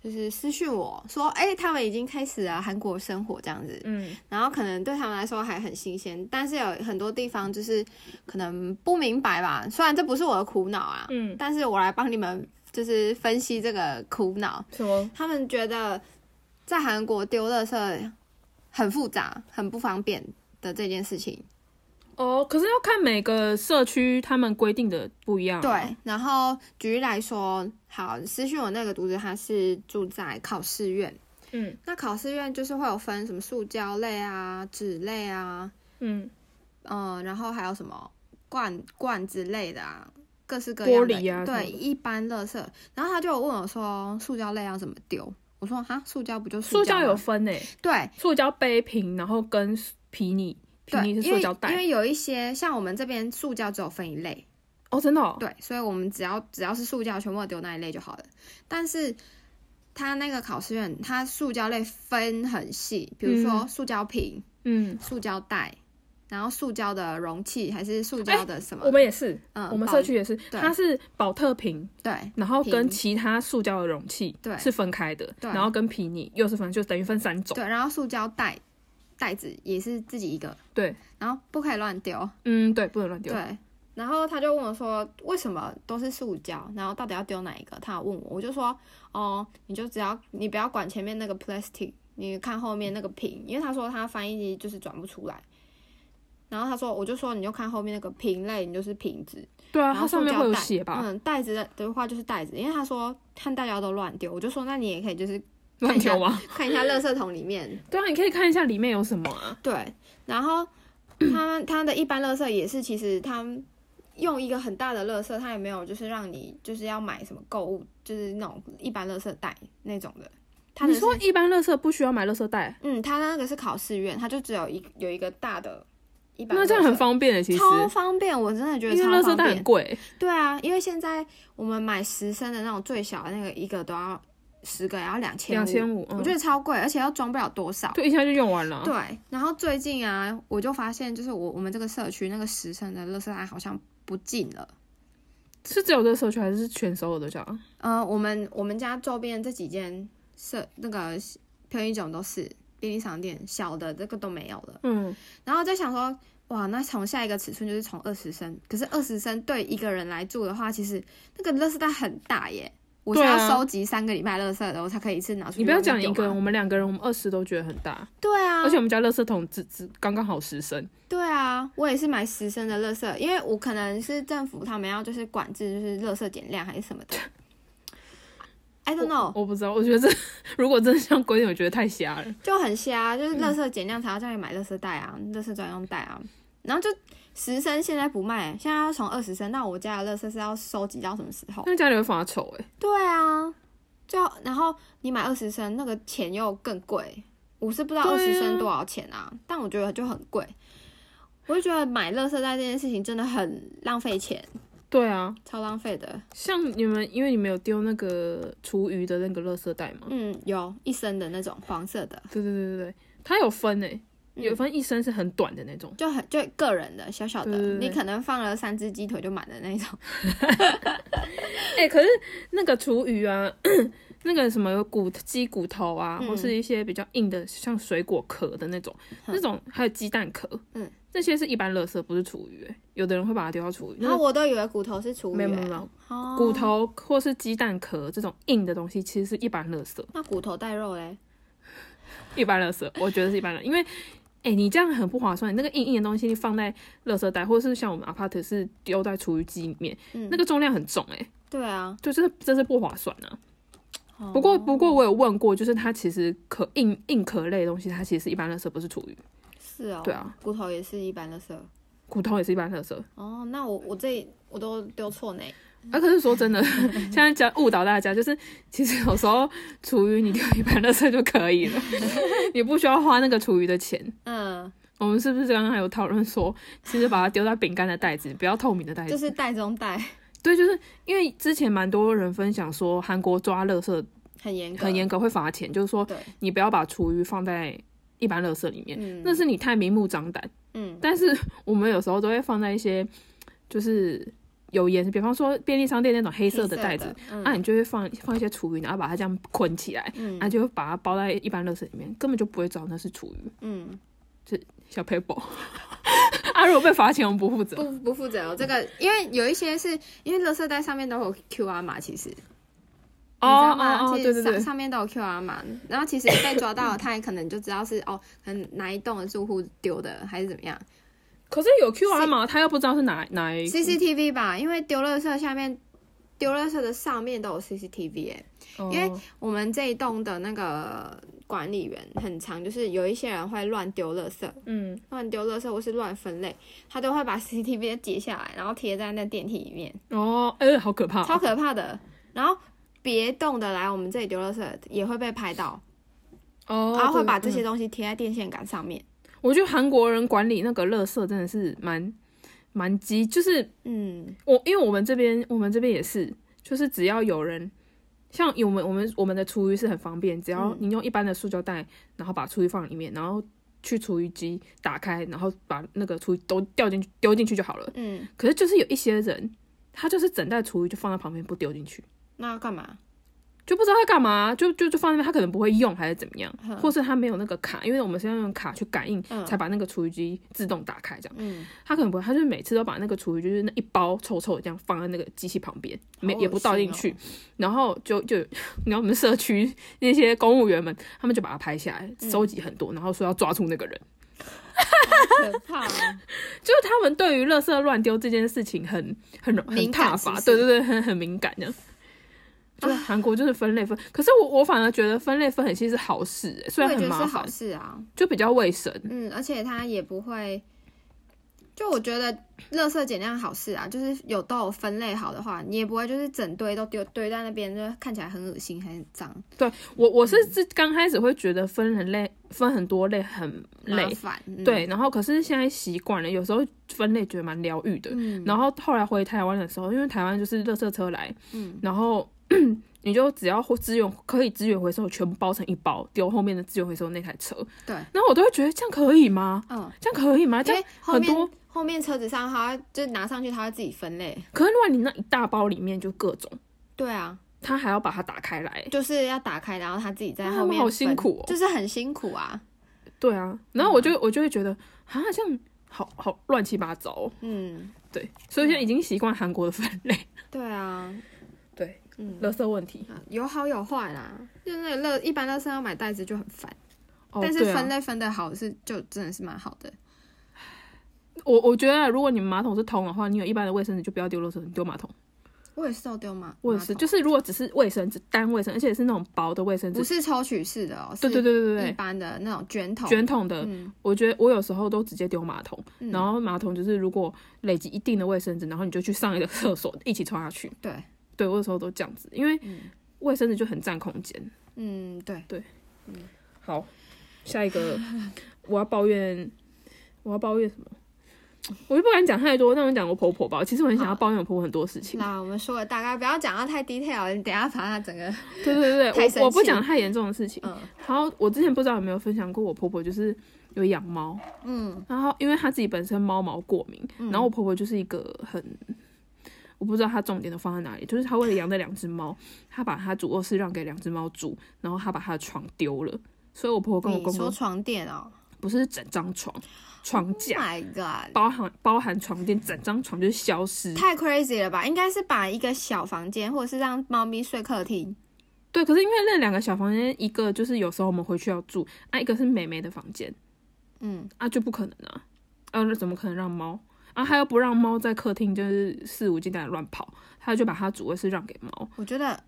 Speaker 1: 就是私讯我说，哎、他们已经开始了韩国生活这样子，
Speaker 2: 嗯，
Speaker 1: 然后可能对他们来说还很新鲜，但是有很多地方就是可能不明白吧。虽然这不是我的苦恼啊，
Speaker 2: 嗯，
Speaker 1: 但是我来帮你们就是分析这个苦恼。
Speaker 2: 什么？
Speaker 1: 他们觉得在韩国丢垃圾很复杂、很不方便的这件事情。
Speaker 2: 哦，可是要看每个社区他们规定的不一样、啊。
Speaker 1: 对，然后举例来说，好，私讯我那个读者，他是住在考试院，
Speaker 2: 嗯
Speaker 1: 那考试院就是会有分什么塑胶类啊、纸类啊，
Speaker 2: 嗯，
Speaker 1: 嗯，然后还有什么罐罐之类的啊，各式各样的
Speaker 2: 玻璃啊
Speaker 1: 对，
Speaker 2: 什么的
Speaker 1: 一般垃圾。然后他就有问我说，塑胶类要怎么丢？我说哈，塑胶不就
Speaker 2: 塑胶
Speaker 1: 胶啊
Speaker 2: 有
Speaker 1: 吗
Speaker 2: 分诶、
Speaker 1: 对
Speaker 2: 塑胶杯瓶，然后跟皮尼，皮
Speaker 1: 对，
Speaker 2: 尼是
Speaker 1: 因
Speaker 2: 塑
Speaker 1: 为
Speaker 2: 胶
Speaker 1: 因
Speaker 2: 袋。
Speaker 1: 为有一些像我们这边塑胶只有分一类，
Speaker 2: 哦，真的、哦。
Speaker 1: 对，所以我们只要只要是塑胶，全部都丢那一类就好了。但是他那个考试院，它塑胶类分很细，比如说塑胶瓶、
Speaker 2: 嗯，
Speaker 1: 塑胶袋，然后塑胶的容器还是塑胶的什么？
Speaker 2: 哎我们也是，
Speaker 1: 嗯，
Speaker 2: 我们
Speaker 1: 保
Speaker 2: 社区也是，
Speaker 1: 对
Speaker 2: 它是保特瓶，
Speaker 1: 对
Speaker 2: 然后跟
Speaker 1: 瓶
Speaker 2: 其他塑胶的容器
Speaker 1: 对
Speaker 2: 是分开的，
Speaker 1: 对
Speaker 2: 然后跟皮泥又是分，就等于分三种。
Speaker 1: 对，然后塑胶袋袋子也是自己一个，
Speaker 2: 对，
Speaker 1: 然后不可以乱丢，
Speaker 2: 嗯，对，不能乱丢。
Speaker 1: 对。然后他就问我说，为什么都是塑胶？然后到底要丢哪一个？他有问我，我就说，哦，你就只要你不要管前面那个 plastic，你看后面那个瓶，因为他说他翻译机就是转不出来。然后他说，我就说你就看后面那个瓶类，你就是瓶子，
Speaker 2: 对啊，
Speaker 1: 然
Speaker 2: 它
Speaker 1: 后
Speaker 2: 上
Speaker 1: 塑
Speaker 2: 面会
Speaker 1: 胶
Speaker 2: 有
Speaker 1: 袋，
Speaker 2: 写吧？
Speaker 1: 嗯，袋子的的话就是袋子，因为他说看大家都乱丢，我就说那你也可以就是
Speaker 2: 乱丢吗？
Speaker 1: 看一下垃圾桶里面，
Speaker 2: 对啊，你可以看一下里面有什么啊。
Speaker 1: 对，然后他他的一般垃圾也是，其实他用一个很大的垃圾，他也没有就是让你就是要买什么购物，就是那种一般垃圾袋那种的，他的
Speaker 2: 你
Speaker 1: 是
Speaker 2: 说一般垃圾不需要买垃圾袋，
Speaker 1: 嗯，他那个是考试院，他就只有一有一个大的一般，
Speaker 2: 那这样很。方便的，欸其实，
Speaker 1: 超方便，我真的觉得
Speaker 2: 因为
Speaker 1: 超
Speaker 2: 垃圾
Speaker 1: 方
Speaker 2: 袋
Speaker 1: 便
Speaker 2: 很。贵。
Speaker 1: 对啊，因为现在我们买十升的那种最小的那个，一个都要十个，也要两千
Speaker 2: 两千五，嗯
Speaker 1: 我觉得超贵，而且要装不了多少。
Speaker 2: 对，一下就用完了。
Speaker 1: 对，然后最近啊，我就发现，就是我我们这个社区那个十升的垃圾袋好像不进了。
Speaker 2: 是只有这个社区，还是全所有的这样？
Speaker 1: 呃，我们我们家周边这几间社那个便宜种都是便利商店，小的这个都没有了。
Speaker 2: 嗯，
Speaker 1: 然后在想说，哇，那从下一个尺寸就是从二十升，可是二十升对一个人来住的话，其实那个垃圾袋很大耶。我是
Speaker 2: 对
Speaker 1: 要
Speaker 2: 啊
Speaker 1: 收集三个礼拜垃圾的，我才可以一次拿出去
Speaker 2: 你不要
Speaker 1: 用
Speaker 2: 讲
Speaker 1: 丢
Speaker 2: 一个人，
Speaker 1: 嘛
Speaker 2: 我们两个人，我们二十都觉得很大，
Speaker 1: 对啊，
Speaker 2: 而且我们家垃圾桶只只刚刚好十升。
Speaker 1: 对啊，我也是买十升的垃圾，因为我可能是政府他们要就是管制就是垃圾减量还是什么的。I don't know，
Speaker 2: 我不知道，我觉得这 如果真的像规定，我觉得太瞎了。
Speaker 1: 就很瞎，就是垃圾减量才要叫你买垃圾袋啊，垃圾专用袋啊。然后就十升现在不卖，现在要从二十升。那我家的垃圾是要收集到什么时候？
Speaker 2: 那家里会发臭哎、
Speaker 1: 对啊，就然后你买二十升，那个钱又更贵。我是不知道二
Speaker 2: 对
Speaker 1: 十
Speaker 2: 啊
Speaker 1: 升多少钱啊，但我觉得就很贵。我就觉得买垃圾袋这件事情真的很浪费钱，
Speaker 2: 对啊，
Speaker 1: 超浪费的。
Speaker 2: 像你们，因为你们有丢那个厨余的那个垃圾袋吗？
Speaker 1: 嗯，有一升的那种黄色的，
Speaker 2: 对对对对对，它有分哎、
Speaker 1: 嗯
Speaker 2: 有分一升是很短的那种。
Speaker 1: 就很就个人的小小的，
Speaker 2: 对对对
Speaker 1: 你可能放了三只鸡腿就满的那 种。欸
Speaker 2: 哎、可是那个厨余啊， 那个什么骨鸡骨头啊，
Speaker 1: 嗯
Speaker 2: 或是一些比较硬的，像水果壳的那种，
Speaker 1: 哼
Speaker 2: 那种还有鸡蛋壳，
Speaker 1: 嗯，
Speaker 2: 那些是一般垃圾，不是厨余、欸。有的人会把它丢到厨余，
Speaker 1: 然后啊我都以为骨头是厨余、
Speaker 2: 没有没有没
Speaker 1: 欸
Speaker 2: 有，
Speaker 1: 哦
Speaker 2: 骨。头或是鸡蛋壳这种硬的东西，其实是一般垃圾，
Speaker 1: 那骨头带肉嘞？
Speaker 2: 一般垃圾，我觉得是一般垃圾，因为。哎、你这样很不划算。你那个硬硬的东西，你放在垃圾袋，或者是像我们 apart 是丢在厨余机里面，
Speaker 1: 嗯
Speaker 2: 那个重量很重、欸，哎，
Speaker 1: 对啊。
Speaker 2: 就这这是不划算啊。
Speaker 1: 哦
Speaker 2: 不过不过我有问过，就是它其实可硬硬壳类的东西，它其实是一般垃圾，不是厨余。
Speaker 1: 是哦。
Speaker 2: 对啊，
Speaker 1: 骨头也是一般的色。
Speaker 2: 骨头也是一般垃圾。
Speaker 1: 哦，那我我这我都丢错呢。
Speaker 2: 啊，可是说真 的，现在讲误导大家，就是其实有时候厨余你丢一般垃圾就可以了，你不需要花那个厨余的钱。
Speaker 1: 嗯，
Speaker 2: 我们是不是刚刚还有讨论说， 其实把它丢在饼干的袋子，不要透明的袋子？
Speaker 1: 就是袋中袋，
Speaker 2: 对，就是因为之前蛮多人分享说，韩国抓垃圾
Speaker 1: 很严格，
Speaker 2: 很严格会罚钱，就是说
Speaker 1: 对，
Speaker 2: 你不要把厨余放在一般垃圾里面，
Speaker 1: 嗯，
Speaker 2: 那是你太明目张胆。
Speaker 1: 嗯
Speaker 2: 但是我们有时候都会放在一些就是有颜色，比方说便利商店那种黑色的袋子，，啊
Speaker 1: 嗯
Speaker 2: 那、你就会放放一些厨余，然后把它这样捆起来，
Speaker 1: 嗯
Speaker 2: 然后就把它包在一般垃圾里面，根本就不会知道那是厨余。
Speaker 1: 嗯，
Speaker 2: 小 paper 啊，如果被罚钱，我们不负责。
Speaker 1: 不不负责哦，这个因为有一些是因为垃圾袋上面都有 QR 码，其实你知道
Speaker 2: 哦
Speaker 1: 吗？
Speaker 2: 哦哦，
Speaker 1: 其
Speaker 2: 对
Speaker 1: 实
Speaker 2: 对
Speaker 1: 上
Speaker 2: 对，
Speaker 1: 上面都有 QR 码，然后其实 被抓到了，他也可能就知道是哦，可能哪一栋的住户丢的还是怎么样
Speaker 2: 可是有 QR 码，他又不知道是哪哪一。
Speaker 1: ，CCTV 吧，因为丢垃圾下面丢垃圾的上面都有 CCTV 哎、
Speaker 2: 哦
Speaker 1: 因为我们这一栋的那个管理员很常，就是有一些人会乱丢垃圾，
Speaker 2: 嗯，
Speaker 1: 乱丢垃圾或是乱分类，他都会把 CCTV 截下来，然后贴在那电梯里面，
Speaker 2: 哦，哎，好可怕
Speaker 1: 超
Speaker 2: 哦。
Speaker 1: 可怕的。然后别栋的来我们这里丢垃圾也会被拍到，
Speaker 2: 哦，
Speaker 1: 然后会
Speaker 2: 对
Speaker 1: 把这。
Speaker 2: 嗯
Speaker 1: 些东西贴在电线杆上面。
Speaker 2: 我觉得韩国人管理那个垃圾真的是蛮蛮鸡，就是
Speaker 1: 嗯
Speaker 2: 我因为我们这边我们这边也是，就是只要有人像我们我们我们的厨余是很方便，只要
Speaker 1: 嗯
Speaker 2: 你用一般的塑胶袋，然后把厨余放里面，然后去厨余机打开，然后把那个厨余都掉进去丢进去就好了。
Speaker 1: 嗯，
Speaker 2: 可是就是有一些人，他就是整袋厨余就放在旁边不丢进去，
Speaker 1: 那要干嘛？
Speaker 2: 就不知道他干嘛，就就就放在那边，他可能不会用还是怎么样，
Speaker 1: 嗯
Speaker 2: 或是他没有那个卡，因为我们是要用卡去感应，
Speaker 1: 嗯
Speaker 2: 才把那个厨余机自动打开这样。
Speaker 1: 嗯，
Speaker 2: 他可能不会，他就每次都把那个厨余就是那一包臭臭的这样放在那个机器旁边，没
Speaker 1: 好恶
Speaker 2: 也不倒进
Speaker 1: 心哦
Speaker 2: 去，然后就就你看我们社区那些公务员们，他们就把它拍下来，
Speaker 1: 嗯
Speaker 2: 收集很多，然后说要抓住那个人。
Speaker 1: 好可怕哦、
Speaker 2: 就是他们对于垃圾乱丢这件事情很很很
Speaker 1: 敏感
Speaker 2: 踏
Speaker 1: 是
Speaker 2: 伐，
Speaker 1: 不是啊
Speaker 2: 对对对，很很敏感这样。就是韩国就是分类分，可是我我反而觉得分类分很细是好事、欸，虽
Speaker 1: 我
Speaker 2: 然
Speaker 1: 也觉得
Speaker 2: 很麻
Speaker 1: 是
Speaker 2: 烦
Speaker 1: 好，事啊。
Speaker 2: 就比较卫生。
Speaker 1: 嗯，而且它也不会，就我觉得垃圾减量好事啊，就是有都有分类好的话，你也不会就是整堆都丢堆在那边，就看起来很恶心还很脏，
Speaker 2: 我我是自刚开始会觉得分很类，分很多类很
Speaker 1: 麻
Speaker 2: 累，
Speaker 1: 烦。嗯、
Speaker 2: 对。然后可是现在习惯了，有时候分类觉得蛮疗愈的。
Speaker 1: 嗯，
Speaker 2: 然后后来回台湾的时候，因为台湾就是垃圾车来，
Speaker 1: 嗯，
Speaker 2: 然后 你就只要资源可以资源回收，全部包成一包丢后面的资源回收那台车，
Speaker 1: 对，
Speaker 2: 然后我都会觉得这样可以吗？
Speaker 1: 嗯，
Speaker 2: 这样可以吗？这
Speaker 1: 因
Speaker 2: 样
Speaker 1: 为后
Speaker 2: 很多
Speaker 1: 面后面车子上它就拿上去，它会自己分类。
Speaker 2: 可是如果你那一大包里面就各种，
Speaker 1: 对啊，
Speaker 2: 他还要把它打开来，
Speaker 1: 就是要打开，然后它自己在
Speaker 2: 那他
Speaker 1: 后
Speaker 2: 们
Speaker 1: 面
Speaker 2: 好
Speaker 1: 分嗯
Speaker 2: 辛苦哦
Speaker 1: 就是很辛苦啊。
Speaker 2: 对啊，然后我就我就会觉得啊，这样好好乱七八糟哦，
Speaker 1: 嗯，
Speaker 2: 对，所以现在已经习惯韩国的分类，
Speaker 1: 对啊，
Speaker 2: 对，
Speaker 1: 嗯，
Speaker 2: 垃圾问题，
Speaker 1: 啊有好有坏啦。就是那个垃一般垃圾要买袋子就很烦，
Speaker 2: 哦
Speaker 1: 但是
Speaker 2: 对啊
Speaker 1: 分类分的好是就真的是蛮好的。
Speaker 2: 我我觉得如果你们马桶是通的话，你有一般的卫生纸就不要丢垃圾，你丢马桶。
Speaker 1: 我也是都丢嘛，啊
Speaker 2: 我也是，
Speaker 1: 马桶
Speaker 2: 就是如果只是卫生纸单卫生，而且是那种薄的卫生纸
Speaker 1: 不，是抽取式的哦，
Speaker 2: 对对
Speaker 1: 对
Speaker 2: 对对对
Speaker 1: 一
Speaker 2: 对，
Speaker 1: 般的那种卷筒。
Speaker 2: 卷筒的，
Speaker 1: 嗯
Speaker 2: 我觉得我有时候都直接丢马桶，
Speaker 1: 嗯
Speaker 2: 然后马桶就是如果累积一定的卫生纸，然后你就去上一个厕所一起冲下去。
Speaker 1: 对，
Speaker 2: 对我有时候都这样子，因为卫生纸就很占空间。
Speaker 1: 嗯对，
Speaker 2: 好，下一个 我要抱怨，我要抱怨什么？我就不敢讲太多，那我讲我婆婆吧。其实我很想要抱怨我婆婆很多事情。
Speaker 1: 那我们说了大概不要讲到太 detail，了你等一下把它整个
Speaker 2: 对对对
Speaker 1: 太
Speaker 2: 对，
Speaker 1: 生
Speaker 2: 我我不
Speaker 1: 气
Speaker 2: 讲太严重的事情。
Speaker 1: 嗯
Speaker 2: 然后我之前不知道有没有分享过，我婆婆就是有养猫，
Speaker 1: 嗯
Speaker 2: 然后因为她自己本身猫毛过敏，然后我婆婆就是一个很，我不知道她重点都放在哪里，就是她为了养那两只猫，她把她主卧室让给两只猫住，然后她把她的床丢了，所 以我婆婆跟我
Speaker 1: 你
Speaker 2: 公
Speaker 1: 说
Speaker 2: 公
Speaker 1: 床垫哦
Speaker 2: 不是整张床，床
Speaker 1: Oh
Speaker 2: 架
Speaker 1: ，My God，
Speaker 2: 包含包含床垫，整张床就是消失。
Speaker 1: 太 crazy 了吧？应该是把一个小房间，或者是让猫咪睡客厅。
Speaker 2: 对，可是因为那两个小房间，一个就是有时候我们回去要住，啊，一个是美美的房间。
Speaker 1: 嗯，
Speaker 2: 啊，就不可能啊，啊，那怎么可能让猫？啊，他又不让猫在客厅就是肆无忌惮地乱跑，他就把他主卧室让给猫。
Speaker 1: 我觉得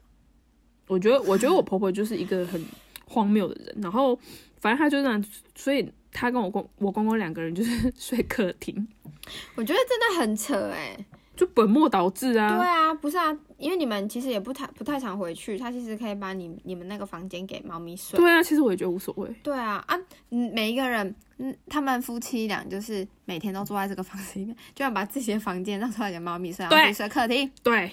Speaker 2: 我觉得，我觉得我婆婆就是一个很荒谬的人。然后，反正她就这样，所以她跟我公我公公两个人就是 睡客厅，
Speaker 1: 我觉得真的很扯哎、
Speaker 2: 就本末倒置
Speaker 1: 对
Speaker 2: 啊。
Speaker 1: 啊，不是啊，因为你们其实也不太不太常回去，它其实可以把你你们那个房间给猫咪睡。
Speaker 2: 对啊，其实我也觉得无所谓。
Speaker 1: 对啊啊，嗯每一个人，嗯，他们夫妻俩就是每天都住在这个房子里面，就要把自己的房间让出来给猫咪睡，然后
Speaker 2: 对
Speaker 1: 自己睡客厅。
Speaker 2: 对，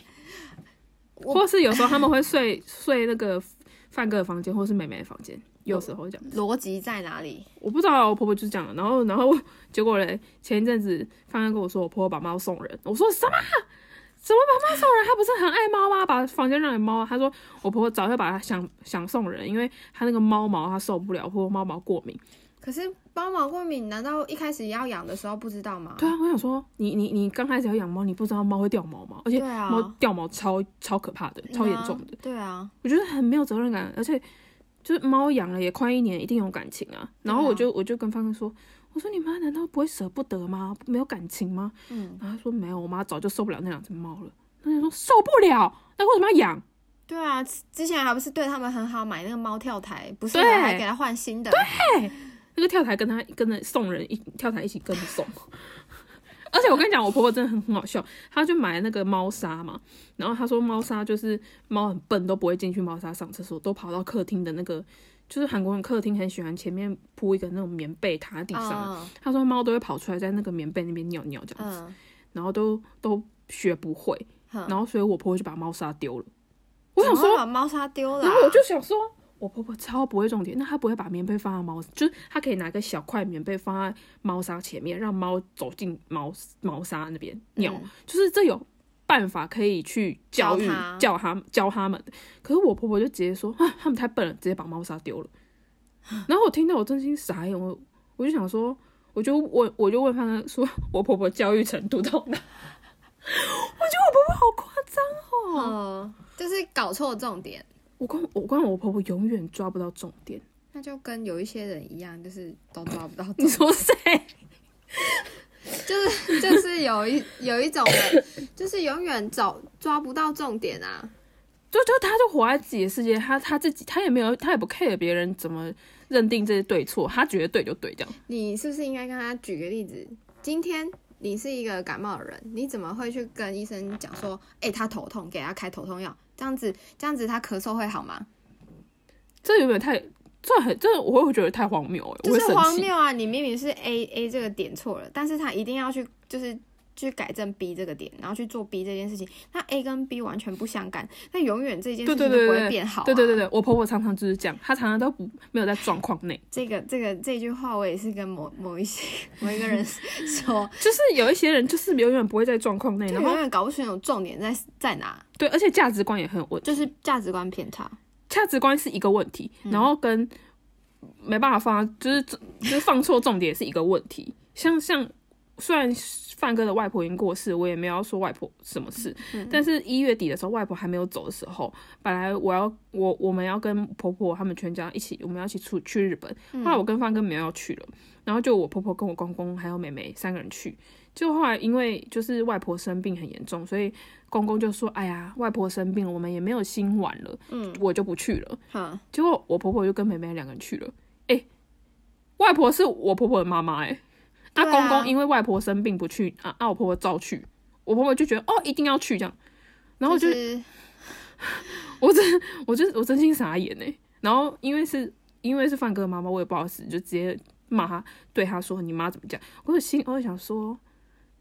Speaker 1: 我
Speaker 2: 或是有时候他们会睡睡那个范哥的房间，或是妹妹的房间，有时候这样。
Speaker 1: 逻辑在哪里？
Speaker 2: 我不知道，我婆婆就是这样的。然后，然后 结果嘞，前一阵子范范跟我说，我婆婆把猫送人。我说什么？怎么把猫送人？她不是很爱猫吗？把房间让给猫啊。她说我婆婆早就把它想想送人，因为她那个猫毛她受不了，或者猫毛过敏。
Speaker 1: 可是猫毛过敏，难道一开始要养的时候不知道吗？
Speaker 2: 对啊，我想说，你你你刚开始要养猫，你不知道猫会掉毛毛，而且
Speaker 1: 对啊
Speaker 2: 猫掉毛超超可怕的，超严重的。
Speaker 1: 嗯啊对啊，
Speaker 2: 我觉得很没有责任感，而且就是猫养了也快一年，一定有感情啊。然后我就、我就跟方哥说，我说你妈难道不会舍不得吗？没有感情吗？
Speaker 1: 嗯，
Speaker 2: 然后他说没有，我妈早就受不了那两只猫了。那你说受不了，那为什么要养？
Speaker 1: 对啊，之前还不是对他们很好，买那个猫跳台，不是
Speaker 2: 对
Speaker 1: 还给它换新的，
Speaker 2: 那个跳台跟他跟着送人一跳台一起跟着送。 而且我跟你讲，我婆婆真的很很好笑，她就买那个猫砂嘛，然后她说猫砂就是猫很笨，都不会进去猫砂上厕所，都跑到客厅的那个，就是韩国人客厅很喜欢前面铺一个那种棉被躺在地上，
Speaker 1: 嗯
Speaker 2: 她说猫都会跑出来在那个棉被那边尿尿这样子，
Speaker 1: 嗯，
Speaker 2: 然后都都学不会，
Speaker 1: 哼
Speaker 2: 然后所以我婆婆就把猫砂丢了。我想
Speaker 1: 怎么
Speaker 2: 说
Speaker 1: 会，把猫砂丢了啊，
Speaker 2: 然后我就想说，我婆婆超不会重点，那她不会把棉被放在猫，就是她可以拿个小块棉被放在猫砂前面，让猫走进猫猫砂那边尿，
Speaker 1: 嗯
Speaker 2: 就是这有办法可以去教育
Speaker 1: 教他
Speaker 2: 教他教他们。可是我婆婆就直接说啊，他们太笨了，直接把猫砂丢了。然后我听到我真心傻眼，我我就想说，我就问我就问他们说， 我婆婆教育程度到哪？嗯
Speaker 1: 哦，就是搞错重点，
Speaker 2: 我跟我跟我婆婆永远抓不到重点。
Speaker 1: 那就跟有一些人一样，就是都抓不到重
Speaker 2: 你
Speaker 1: 点，
Speaker 2: 说谁？
Speaker 1: 就是就是有一有一种人，就是永远找抓不到重点啊。
Speaker 2: 就就他就活在自己的世界，他他自己他也没有他也不 care 别人怎么认定这些对错，他觉得对就对这样。
Speaker 1: 你是不是应该跟他举个例子？今天你是一个感冒的人，你怎么会去跟医生讲说，哎、他头痛，给他开头痛药，这样子，这样子他咳嗽会好吗？
Speaker 2: 这有点太这很这我会觉得太荒谬了，我
Speaker 1: 就
Speaker 2: 会
Speaker 1: 是
Speaker 2: 生
Speaker 1: 荒
Speaker 2: 气。
Speaker 1: 谬啊！你明明是 A A 这个点错了，但是他一定要去就是去改正 B 这个点，然后去做 B 这件事情，那 A 跟 B 完全不相干，那永远这件事
Speaker 2: 对
Speaker 1: 情
Speaker 2: 对
Speaker 1: 就
Speaker 2: 对
Speaker 1: 不
Speaker 2: 对
Speaker 1: 会变好、啊
Speaker 2: 对对对对，我婆婆常常就是这样，她常常都不没有在状况内，
Speaker 1: 这个这个这句话我也是跟某某一些某一个人说，
Speaker 2: 就是有一些人就是永远不会在状况内，
Speaker 1: 就
Speaker 2: 然后
Speaker 1: 永远搞不清楚重点在在哪，
Speaker 2: 对，而且价值观也很稳，
Speaker 1: 就是价值观偏差。
Speaker 2: 价值观是一个问题，
Speaker 1: 嗯
Speaker 2: 然后跟没办法放，就是就是放错重点也是一个问题。像像虽然范哥的外婆已经过世，我也没有要说外婆什么事，
Speaker 1: 嗯
Speaker 2: 但是一月底的时候，外婆还没有走的时候，本来我要我我们要跟婆婆他们全家一起，我们要一起出去日本。
Speaker 1: 嗯
Speaker 2: 后来我跟范哥没有要去了，然后就我婆婆跟我公公还有妹妹三个人去。就后来因为就是外婆生病很严重，所以公公就说：“哎呀，外婆生病了，我们也没有心玩了，嗯，我就不去了。”
Speaker 1: 哼，
Speaker 2: 结果我婆婆就跟妹妹两个人去了。哎、外婆是我婆婆的妈妈哎，那、
Speaker 1: 对啊
Speaker 2: 公公因为外婆生病不去啊，啊我婆婆照去，我婆婆就觉得哦一定要去这样，然后我就、
Speaker 1: 就是
Speaker 2: 我就我真心傻眼哎，然后因为是因为是范哥的妈妈，我也不好意思就直接骂他，对他说你妈怎么讲，我有心我有想说，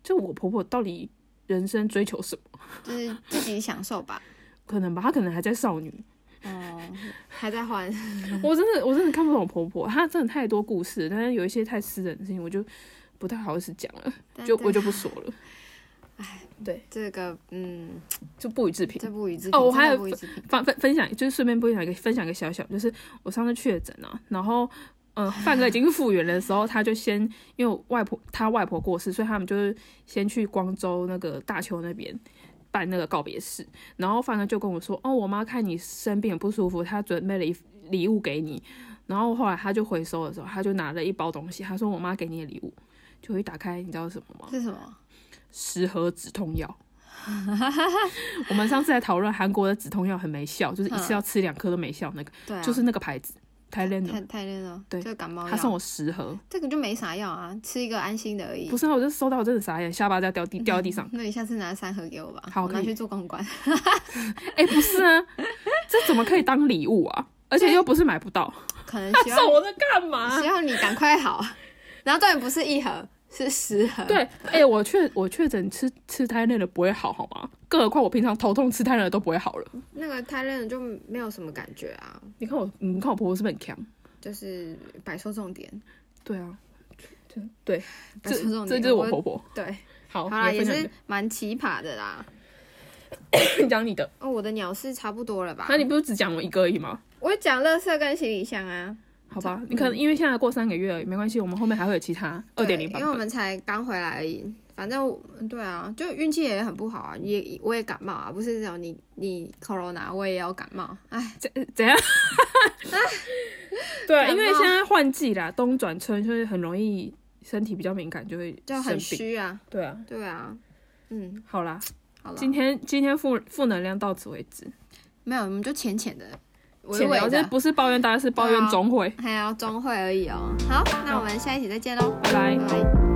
Speaker 2: 就我婆婆到底人生追求什么？
Speaker 1: 就是自己享受吧。
Speaker 2: 可能吧，她可能还在少女，
Speaker 1: 哦，还在还，
Speaker 2: 我真的我真的看不懂我婆婆，她真的太多故事，但是有一些太私人的事情，我就不太好意思讲了，
Speaker 1: 但
Speaker 2: 就
Speaker 1: 但
Speaker 2: 我就不说了，
Speaker 1: 这个嗯，
Speaker 2: 就不予置评
Speaker 1: 这。不予置
Speaker 2: 哦
Speaker 1: 评
Speaker 2: 我还
Speaker 1: 真的
Speaker 2: 有
Speaker 1: 不予置评。
Speaker 2: 分分分享就是顺便分享一个分享一个小小，就是我上次确诊啊，然后呃范哥已经复原的时候，他就先因为我外婆他外婆过世，所以他们就是先去光州那个大邱那边。办那个告别式，然后范哥就跟我说：“哦，我妈看你生病很不舒服，她准备了一礼物给你。”然后后来他就回收的时候，他就拿了一包东西，他说：“我妈给你的礼物。”就一打开，你知道是什么吗？
Speaker 1: 是什么？
Speaker 2: 十盒止痛药。 我们上次还讨论韩国的止痛药很没效，就是一次要吃两颗都没效，那个、
Speaker 1: 嗯对啊，
Speaker 2: 就是那个牌子 t h a l e n
Speaker 1: 太太累了，
Speaker 2: 对
Speaker 1: 就感冒药。
Speaker 2: 他送我十盒，
Speaker 1: 这个就没啥药啊，吃一个安心的而已
Speaker 2: 不。是啊，我就收到我真的傻眼，下巴在掉地掉在地上。
Speaker 1: 那你下次拿三盒给我吧，
Speaker 2: 好
Speaker 1: 我拿
Speaker 2: 可以
Speaker 1: 去做公 关。
Speaker 2: 哎、不是啊，这怎么可以当礼物啊？而且又不是买不 到，
Speaker 1: 可能
Speaker 2: 他
Speaker 1: 希
Speaker 2: 送
Speaker 1: 望
Speaker 2: 我啊这干嘛
Speaker 1: 希？望你赶快好。然后重点不是一盒，是十盒。
Speaker 2: 对，哎、我确我确诊吃吃胎内的不会好好吗？更何况我平常头痛吃胎内的都不会好了。
Speaker 1: 那个太累了就没有什么感觉啊，
Speaker 2: 你看我，你看我婆婆是不是很强？
Speaker 1: 就是摆错重点，
Speaker 2: 对啊，就对，
Speaker 1: 摆
Speaker 2: 这
Speaker 1: 错重点。
Speaker 2: 这就是我婆婆。
Speaker 1: 对，
Speaker 2: 好，
Speaker 1: 好啦，
Speaker 2: 你
Speaker 1: 也
Speaker 2: 分享你
Speaker 1: 是蛮奇葩的啦。
Speaker 2: 的 讲你的。
Speaker 1: 哦，我的鸟事差不多了吧？
Speaker 2: 那啊你不是只讲我一个而已吗？
Speaker 1: 我讲垃圾跟行李箱啊，
Speaker 2: 好吧，你可能因为现在过三个月而已，没关系，我们后面还会有其他二点
Speaker 1: 对
Speaker 2: 零版
Speaker 1: 因为我
Speaker 2: 本。
Speaker 1: 们才刚回来而已。反正我对啊，就运气也很不好啊，也我也感冒啊，不是只有你你 corona，我也有感冒。哎，
Speaker 2: 怎 怎样？对啊，
Speaker 1: 感冒
Speaker 2: 因为现在换季啦，冬转春，所以很容易身体比较敏感，就会
Speaker 1: 就
Speaker 2: 生
Speaker 1: 很
Speaker 2: 病。
Speaker 1: 虚啊。
Speaker 2: 对啊，
Speaker 1: 对啊，嗯，
Speaker 2: 好啦，
Speaker 1: 好了，
Speaker 2: 今天今天负负能量到此为止，
Speaker 1: 没有，我们就浅浅的，微
Speaker 2: 浅
Speaker 1: 微
Speaker 2: 聊，这
Speaker 1: 的，
Speaker 2: 不是抱怨大家，是抱
Speaker 1: 对
Speaker 2: 怨
Speaker 1: 啊
Speaker 2: 总会。
Speaker 1: 还有中会而已哦。好，那我们下一期再见喽，
Speaker 2: 拜拜。
Speaker 1: 拜。